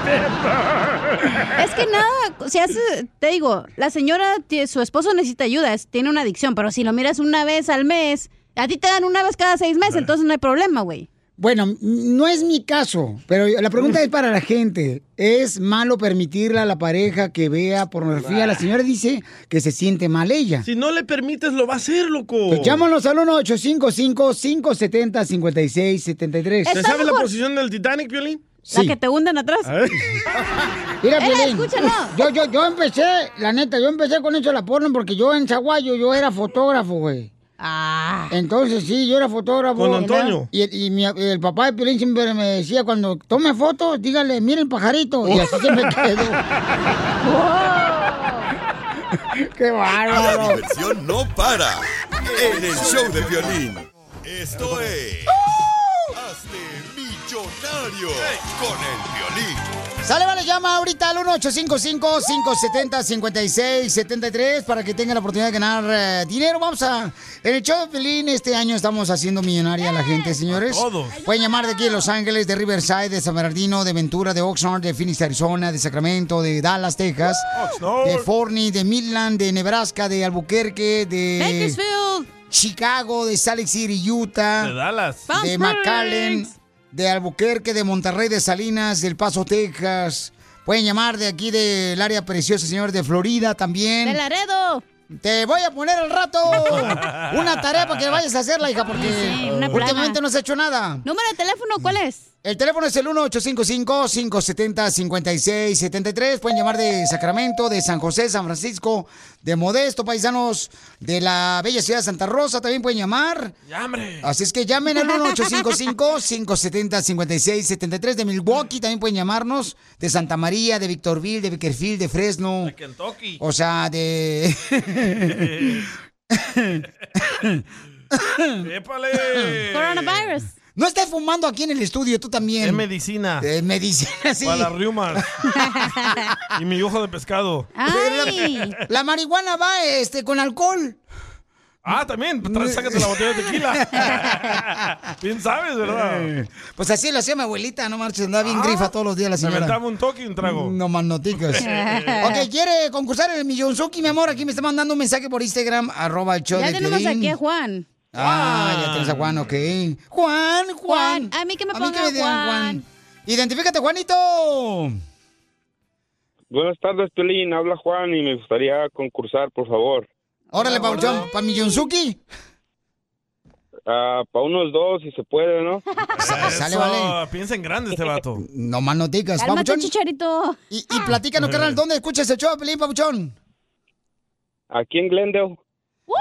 Speaker 3: Es que nada, si hace, te digo, la señora, tie- su esposo necesita ayuda, es- tiene una adicción, pero si lo miras una vez al mes, a ti te dan una vez cada seis meses, entonces no hay problema, güey.
Speaker 2: Bueno, m- no es mi caso, pero la pregunta es para la gente. ¿Es malo permitirle a la pareja que vea pornografía? La señora dice que se siente mal ella.
Speaker 10: Si no le permites, lo va a hacer, loco.
Speaker 2: Pues llámanos al 1-855-570-5673.
Speaker 10: ¿Te sabes la posición del Titanic, Piolín?
Speaker 2: Sí.
Speaker 3: te hunden atrás.
Speaker 2: Mira,
Speaker 3: Ela,
Speaker 2: Piolín,
Speaker 3: escúchalo.
Speaker 2: Yo, yo, yo empecé, la neta, yo empecé con eso de la porno porque yo en Zaguayo yo era fotógrafo, güey.
Speaker 3: Ah.
Speaker 2: Entonces sí, yo era fotógrafo.
Speaker 10: Con Antonio.
Speaker 2: Y, y mi- el papá de Piolín siempre me decía, cuando tome fotos, dígale, mira el pajarito. Y así se me quedó. ¡Qué
Speaker 11: La
Speaker 2: bárbaro!
Speaker 11: diversión no para en el show de violín. Esto es. Hazte millonario con el violín.
Speaker 2: Sale, vale, llama ahorita al 1-855-570-5673 para que tenga la oportunidad de ganar eh, dinero. Vamos a... En el show de Pelín este año estamos haciendo millonaria a la gente, señores.
Speaker 13: todos.
Speaker 2: Pueden llamar de aquí de Los Ángeles, de Riverside, de San Bernardino, de Ventura, de Oxnard, de Phoenix, Arizona, de Sacramento, de Dallas, Texas, de Forney, de Midland, de Nebraska, de Albuquerque, de...
Speaker 3: Bakersfield.
Speaker 2: Chicago, de Salt Lake City, Utah.
Speaker 4: De Dallas.
Speaker 2: De
Speaker 4: Palm
Speaker 2: McAllen, de Albuquerque, de Monterrey, de Salinas, del Paso, Texas. Pueden llamar de aquí del área preciosa, señor, de Florida también.
Speaker 3: ¡De Laredo!
Speaker 2: Te voy a poner al rato una tarea para que vayas a hacerla, hija, porque
Speaker 3: una
Speaker 2: últimamente
Speaker 3: plana.
Speaker 2: no has hecho nada.
Speaker 3: ¿Número de teléfono cuál es?
Speaker 2: El teléfono es el 1-855-570-5673. Pueden llamar de Sacramento, de San José, San Francisco, de Modesto, paisanos de la bella ciudad de Santa Rosa. También pueden llamar.
Speaker 4: Ya, hombre.
Speaker 2: Así es que llamen al 1-855-570-5673 de Milwaukee. También pueden llamarnos de Santa María, de Victorville, de Bakersfield, de Fresno.
Speaker 4: Kentucky.
Speaker 2: O sea, de.
Speaker 4: ¡Épale!
Speaker 3: Coronavirus.
Speaker 2: No estás fumando aquí en el estudio, tú también.
Speaker 4: Es medicina.
Speaker 2: Es medicina, sí.
Speaker 4: Para las riumas. y mi ojo de pescado.
Speaker 2: Pero La, la marihuana va este, con alcohol.
Speaker 4: Ah, también, tra- sácate la botella de tequila. bien sabes, ¿verdad? Ah,
Speaker 2: Pues así lo hacía mi abuelita, no marches, andaba bien grifa todos los días la
Speaker 4: Me
Speaker 2: señora.
Speaker 4: aventaba un toque y un trago.
Speaker 2: No más noticas. ok, ¿quiere concursar el Millonzuki, mi amor? Aquí me está mandando un mensaje por Instagram, arroba el show
Speaker 3: Ya
Speaker 2: de
Speaker 3: tenemos
Speaker 2: Piolín.
Speaker 3: aquí a Juan.
Speaker 2: Ah, ya tenemos a Juan, ok. Juan, Juan.
Speaker 3: A mí que me
Speaker 2: A mí que
Speaker 3: ponga
Speaker 2: me digan,
Speaker 3: Juan.
Speaker 2: Identifícate, Juanito.
Speaker 27: Buenas tardes, Piolín. Habla Juan y me gustaría concursar, por favor.
Speaker 2: Órale, Pauchón, para Millonzuki.
Speaker 27: para Ah, unos dos, si se puede, ¿no?
Speaker 2: Sale, vale.
Speaker 4: Piensa en grande este vato.
Speaker 2: No más noticas.
Speaker 3: Cálmate,
Speaker 2: chicharito. Y, y platícanos, carnal, ¿dónde escuchas el show de Piolín, Pauchón?
Speaker 27: Aquí en Glendale.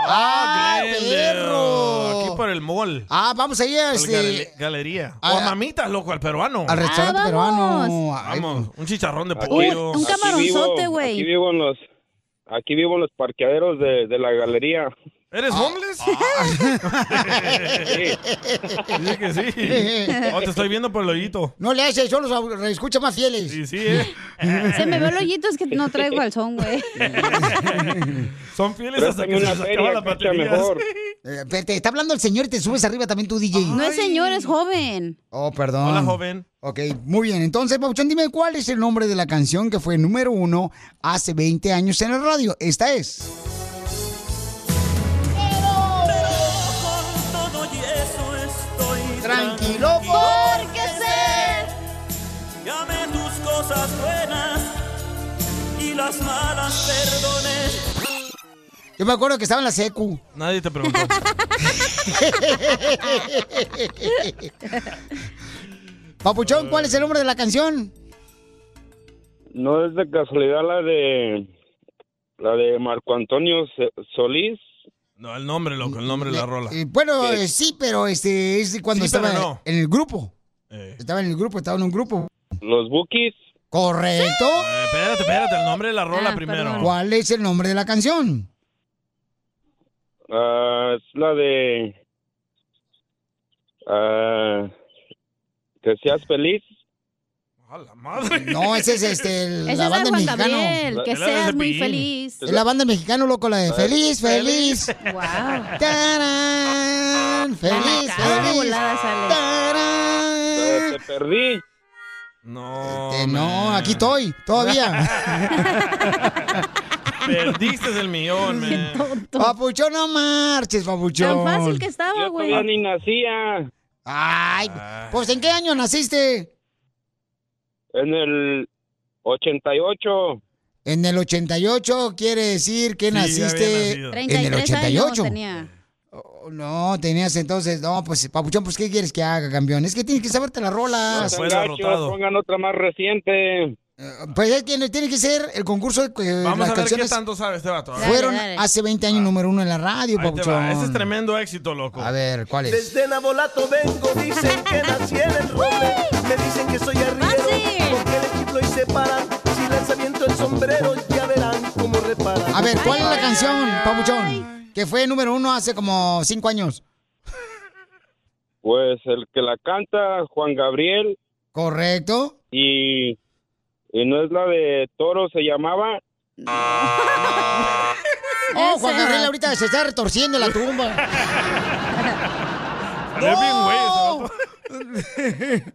Speaker 2: ¡Ah,
Speaker 4: perro! Aquí por el mall.
Speaker 2: Ah, vamos a ir a
Speaker 4: Al
Speaker 2: este-
Speaker 4: gale- galería. O a mamitas, loco, al peruano.
Speaker 2: Al restaurante Ah, vamos. peruano. Ay. pues.
Speaker 4: Vamos, un chicharrón de
Speaker 27: Aquí-
Speaker 4: pollo.
Speaker 27: aquí vivo- Aquí vivo en los, aquí vivo en los parqueaderos de, de la galería.
Speaker 4: ¿Eres
Speaker 2: Ah,
Speaker 4: homeless? Dije que sí. Oh, te estoy viendo por el hoyito.
Speaker 2: No le haces, yo los escucho más fieles. Sí,
Speaker 4: sí, ¿eh?
Speaker 3: Se me ve los hoyitos que no traigo al son, güey.
Speaker 4: Son fieles hasta
Speaker 27: Préstame
Speaker 4: que se
Speaker 27: una
Speaker 4: les
Speaker 27: feria,
Speaker 4: acaba la
Speaker 27: cacha,
Speaker 4: batería.
Speaker 27: mejor.
Speaker 2: Eh, pero te está hablando el señor y te subes arriba también tú, DJ.
Speaker 3: No es señor, es joven.
Speaker 2: Oh, perdón.
Speaker 3: Hola,
Speaker 4: joven.
Speaker 2: Ok, muy bien. Entonces, Pauchón, dime cuál es el nombre de la canción que fue número uno hace 20 años en la radio. Esta es.
Speaker 13: todo y eso estoy
Speaker 2: Tranquilo,
Speaker 13: porque sé Llame tus cosas buenas y las malas perdoné
Speaker 2: Yo me acuerdo que estaba en la secu.
Speaker 4: Nadie te preguntó.
Speaker 2: Papuchón, ¿cuál es el nombre de la canción?
Speaker 27: No es de casualidad la de la de Marco Antonio Se- Solís.
Speaker 4: No, el nombre, loco, el nombre de la rola.
Speaker 2: Eh, bueno, eh, sí, pero este es cuando
Speaker 4: Sí, pero
Speaker 2: estaba
Speaker 4: no. Eh.
Speaker 2: en el grupo. Estaba en el grupo, estaba en un grupo.
Speaker 27: Los Bookies.
Speaker 2: Correcto.
Speaker 4: Eh, espérate, espérate, el nombre de la
Speaker 2: Ah,
Speaker 4: rola primero.
Speaker 2: ¿Cuál es el nombre de la canción?
Speaker 27: Ah, es la de ah, que seas feliz.
Speaker 2: No, ese es este, el-
Speaker 3: Ese
Speaker 2: la
Speaker 3: es de
Speaker 2: banda
Speaker 3: Juan
Speaker 2: mexicana.
Speaker 3: Gabriel, que seas muy feliz.
Speaker 2: Es la banda mexicana, loco, la de Feliz, Feliz.
Speaker 3: Wow.
Speaker 2: ¡Tarán! ¡Feliz,
Speaker 3: Ah, de
Speaker 2: feliz!
Speaker 3: volada sale.
Speaker 2: ¡Tarán!
Speaker 27: Te perdí.
Speaker 4: No.
Speaker 2: Eh, no, aquí estoy, todavía.
Speaker 4: Perdiste el millón, man.
Speaker 2: papuchón, no marches, papuchón.
Speaker 4: Tan fácil que
Speaker 2: estaba,
Speaker 4: Yo todavía güey. ni
Speaker 27: nacía.
Speaker 2: Ay,
Speaker 27: Ah.
Speaker 2: pues ¿en qué año naciste?
Speaker 27: En el 88.
Speaker 2: En el 88 quiere decir que
Speaker 27: Sí, ya había
Speaker 2: naciste
Speaker 27: nacido.
Speaker 2: en el
Speaker 3: 33 años
Speaker 2: 88.
Speaker 3: tenía.
Speaker 2: No, tenías entonces, no, pues Papuchón, pues ¿qué quieres que haga, campeón? Es que tienes que saberte las rolas.
Speaker 27: Sean gachos, pongan otra más reciente.
Speaker 2: Pues es que no- tiene que ser el concurso de eh, las
Speaker 4: Vamos a ver qué
Speaker 2: canciones
Speaker 4: tanto sabe este vato. A ver.
Speaker 2: fueron hace 20 años número uno en la radio,
Speaker 4: Ahí te va. Ese es
Speaker 2: Papuchón.
Speaker 4: tremendo éxito, loco. A
Speaker 2: ver, ¿cuál
Speaker 5: Desde Nabolato vengo, dicen que nací en el roble. Me dicen que soy arriero, porque le chiflo y se paran. Si lanza viento el sombrero, ya verán cómo reparan.
Speaker 2: A ver, ¿cuál es la canción, Papuchón? Que fue número uno hace como cinco años.
Speaker 27: Pues el que la canta, Juan Gabriel.
Speaker 2: Correcto.
Speaker 27: Y, y no es la de Toro, se llamaba.
Speaker 2: Oh, Juan
Speaker 13: Ese.
Speaker 2: Gabriel ahorita se está retorciendo en la tumba.
Speaker 4: Salió bien, güey,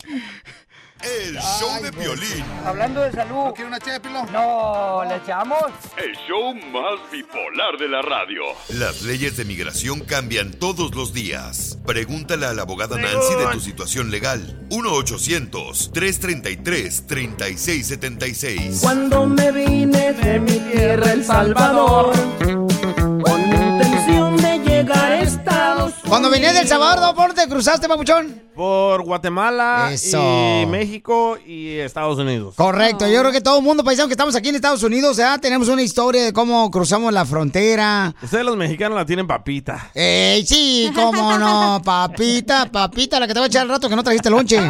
Speaker 11: El show de Piolín.
Speaker 19: Hablando de salud. ¿Quiere una ché, No, ¿le echamos?
Speaker 11: El show más bipolar de la radio.
Speaker 24: Las
Speaker 11: leyes de migración cambian todos los días. Pregúntale a la abogada Nancy de tu situación legal. 1-800-333-3676.
Speaker 5: Cuando me vine de mi tierra, El Salvador, con intención de llegar a Estados
Speaker 2: Cuando venía del Salvador, ¿por dónde cruzaste, Papuchón?
Speaker 4: Por Guatemala
Speaker 2: Eso.
Speaker 4: y México y Estados Unidos.
Speaker 2: Correcto, yo creo que todo el mundo, paisano, que estamos aquí en Estados Unidos, ya tenemos una historia de cómo cruzamos la frontera.
Speaker 4: Ustedes los mexicanos la tienen papita.
Speaker 2: ¡Ey, sí! ¿Cómo no? Papita, papita, la que te va a echar al rato que no trajiste lonche.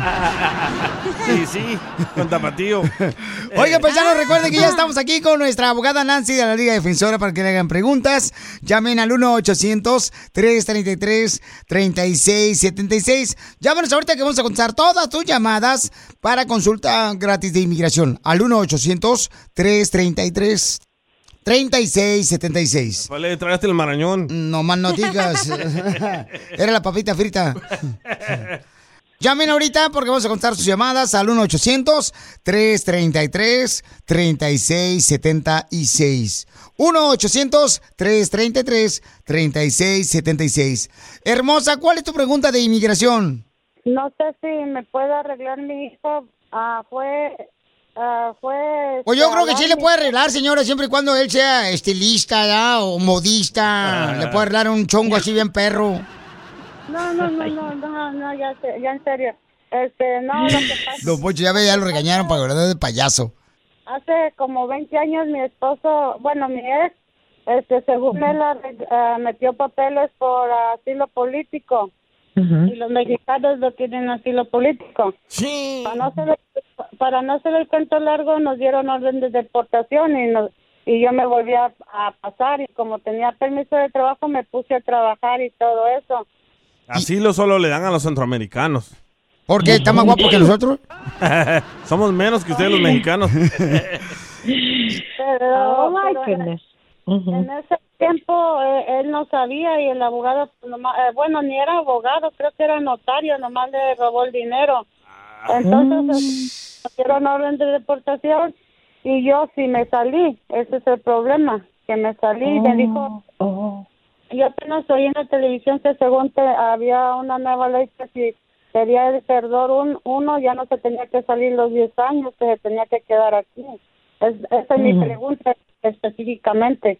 Speaker 4: Sí, sí, con tapatío. Eh,
Speaker 2: Oiga, paisanos, recuerden que ya estamos aquí con nuestra abogada Nancy de la Liga Defensora para que le hagan preguntas. Llamen al 1-800-333-3676. Llámenos ahorita que vamos a contestar todas tus llamadas para consulta gratis de inmigración al 1-800-333-3676. 3676.
Speaker 4: ¿Cuál le tragaste el marañón?
Speaker 2: No más no digas. Era la papita frita. Llamen ahorita porque vamos a contar sus llamadas al 1-800-333-3676. 1-800-333-3676. Hermosa, ¿cuál es tu pregunta de inmigración?
Speaker 22: No sé si me puede arreglar mi hijo. Ah, fue. ah, fue
Speaker 2: Pues yo creo que sí
Speaker 22: Chile
Speaker 2: le puede arreglar, señora, siempre y cuando él sea estilista ¿verdad? o modista.
Speaker 22: Ah.
Speaker 2: Le puede arreglar un chongo así bien perro.
Speaker 22: No, no, no, no, no, no, ya, sé, ya en serio. Este, no, lo que pasa.
Speaker 2: Don Poncho, pues ya ve, ya lo regañaron para verdad de payaso.
Speaker 22: Hace como 20 años mi esposo, bueno, mi ex, este, según él arreg- ah, metió papeles por asilo político. Y los mexicanos no tienen asilo político.
Speaker 4: Sí.
Speaker 22: Para no hacer el, para no hacer el cuento largo, nos dieron orden de deportación y, nos- y yo me volví a, a pasar. Y como tenía permiso de trabajo, me puse a trabajar y todo eso.
Speaker 4: Así lo solo le dan a los centroamericanos.
Speaker 2: ¿Por qué? ¿Está más guapo que nosotros?
Speaker 4: Somos menos que ustedes los mexicanos.
Speaker 22: Pero,
Speaker 8: Oh, my
Speaker 22: pero en- En ese tiempo eh, él no sabía y el abogado, nomás- eh, bueno, ni era abogado, creo que era notario, nomás le robó el dinero. Entonces, eh, dieron orden de deportación y yo sí me salí. Ese es el problema, que me salí y
Speaker 2: Oh.
Speaker 22: me dijo, yo apenas oí en la televisión que según te, había una nueva ley que si sería el perdón un, uno, ya no se tenía que salir los 10 años, que se tenía que quedar aquí. Es, esa es mi
Speaker 30: Ujú.
Speaker 22: pregunta específicamente.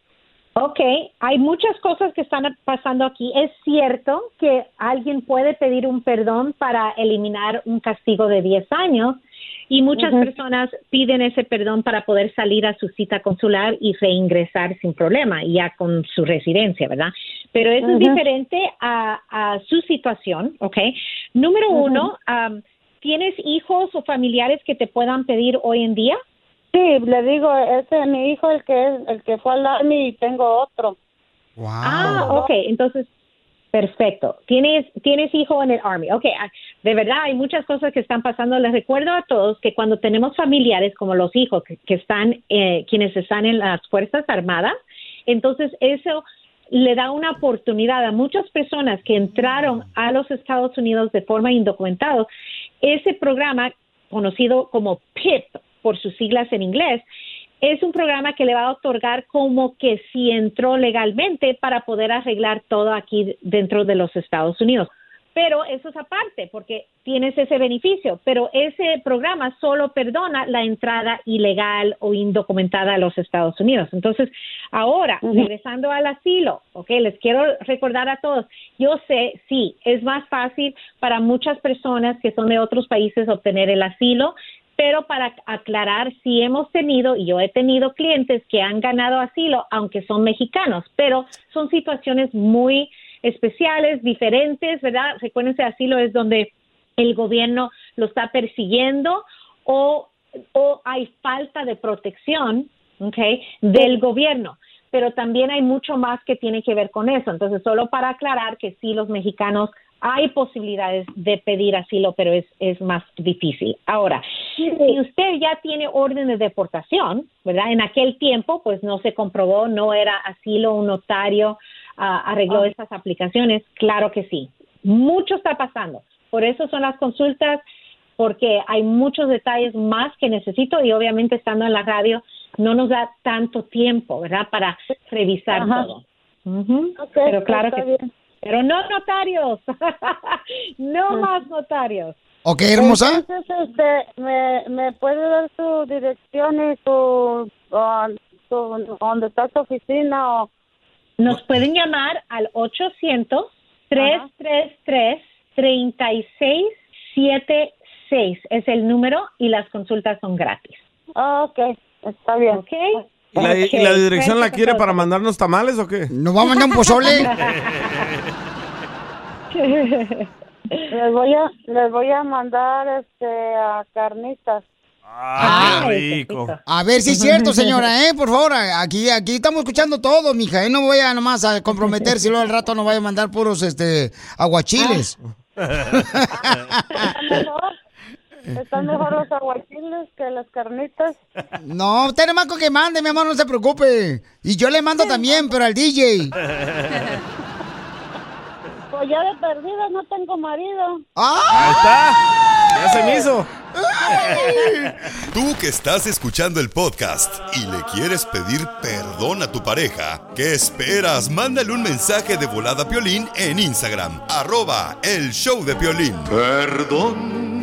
Speaker 30: Ok, hay muchas cosas que están pasando aquí. Es cierto que alguien puede pedir un perdón para eliminar un castigo de 10 años y muchas
Speaker 22: Ujú.
Speaker 30: personas piden ese perdón para poder salir a su cita consular y reingresar sin problema, ya con su residencia, ¿verdad? Pero eso es
Speaker 22: Ujú.
Speaker 30: diferente a, a su situación, ¿ok? Número
Speaker 22: Ujú.
Speaker 30: uno, am, ¿tienes hijos o familiares que te puedan pedir hoy en día?
Speaker 22: Sí, le digo, ese es mi hijo, el que es, el que fue al army y tengo otro.
Speaker 30: Ah, ok, entonces, perfecto. Tienes, tienes hijo en el Army. Ok, ah, de verdad hay muchas cosas que están pasando. Les recuerdo a todos que cuando tenemos familiares como los hijos que, que están, eh, quienes están en las Fuerzas Armadas, entonces eso le da una oportunidad a muchas personas que entraron a los Estados Unidos de forma indocumentada. Ese programa, conocido como PIP, por sus siglas en inglés, es un programa que le va a otorgar como que si entró legalmente para poder arreglar todo aquí dentro de los Estados Unidos. Pero eso es aparte, porque tienes ese beneficio, pero ese programa solo perdona la entrada ilegal o indocumentada a los Estados Unidos. Entonces, ahora,
Speaker 22: Ujú.
Speaker 30: regresando al asilo, ok, les quiero recordar a todos, yo sé, sí, es más fácil para muchas personas que son de otros países obtener el asilo, pero para aclarar, sí hemos tenido, y yo he tenido clientes que han ganado asilo, aunque son mexicanos, pero son situaciones muy especiales, diferentes, ¿verdad? Recuérdense, asilo es donde el gobierno lo está persiguiendo o, o hay falta de protección ¿ok? del gobierno. Pero también hay mucho más que tiene que ver con eso. Entonces, solo para aclarar que sí, los mexicanos hay posibilidades de pedir asilo, pero es, es más difícil. Ahora, si usted ya tiene orden de deportación, ¿verdad? En aquel tiempo, pues no se comprobó, no era asilo, un notario ah, arregló
Speaker 22: Ah.
Speaker 30: esas aplicaciones, claro que sí. Mucho está pasando. Por eso son las consultas, porque hay muchos detalles más que necesito y obviamente estando en la radio no nos da tanto tiempo, ¿verdad? Para revisar
Speaker 22: Ajá.
Speaker 30: todo. Ujú. Pero claro
Speaker 22: está
Speaker 30: que sí. Pero no notarios. no más notarios.
Speaker 2: Ok, hermosa.
Speaker 22: Ah. Entonces, este, me, me puede dar su dirección y su, ah, su- donde está su oficina o
Speaker 30: Nos pueden llamar al 800-333-3676. Es el número y las consultas son gratis.
Speaker 22: ok, está bien.
Speaker 30: Ok.
Speaker 4: ¿Y la, y la dirección la quiere para mandarnos tamales o qué?
Speaker 2: ¿Nos va a mandar un pozole?
Speaker 22: les voy a les voy a mandar este a carnitas.
Speaker 4: Ah, qué rico.
Speaker 2: A ver si es cierto, señora, ¿eh? Por favor, a- aquí, aquí estamos escuchando todo, mija, ¿eh? No voy a nomás a comprometerse y luego al rato nos vaya a mandar puros, este, aguachiles.
Speaker 22: Están mejor los aguachiles que las carnitas.
Speaker 2: No, usted nomás con que mande, mi amor, no se preocupe. Y yo le mando también, pero al DJ.
Speaker 22: Pues ya de perdida no tengo marido.
Speaker 2: ¡Ah!
Speaker 11: Ya se me hizo. Tú que estás escuchando el podcast y le quieres pedir perdón a tu pareja, ¿qué esperas? Mándale un mensaje de volada a Piolín en Instagram, arroba el show de Piolín. Perdón.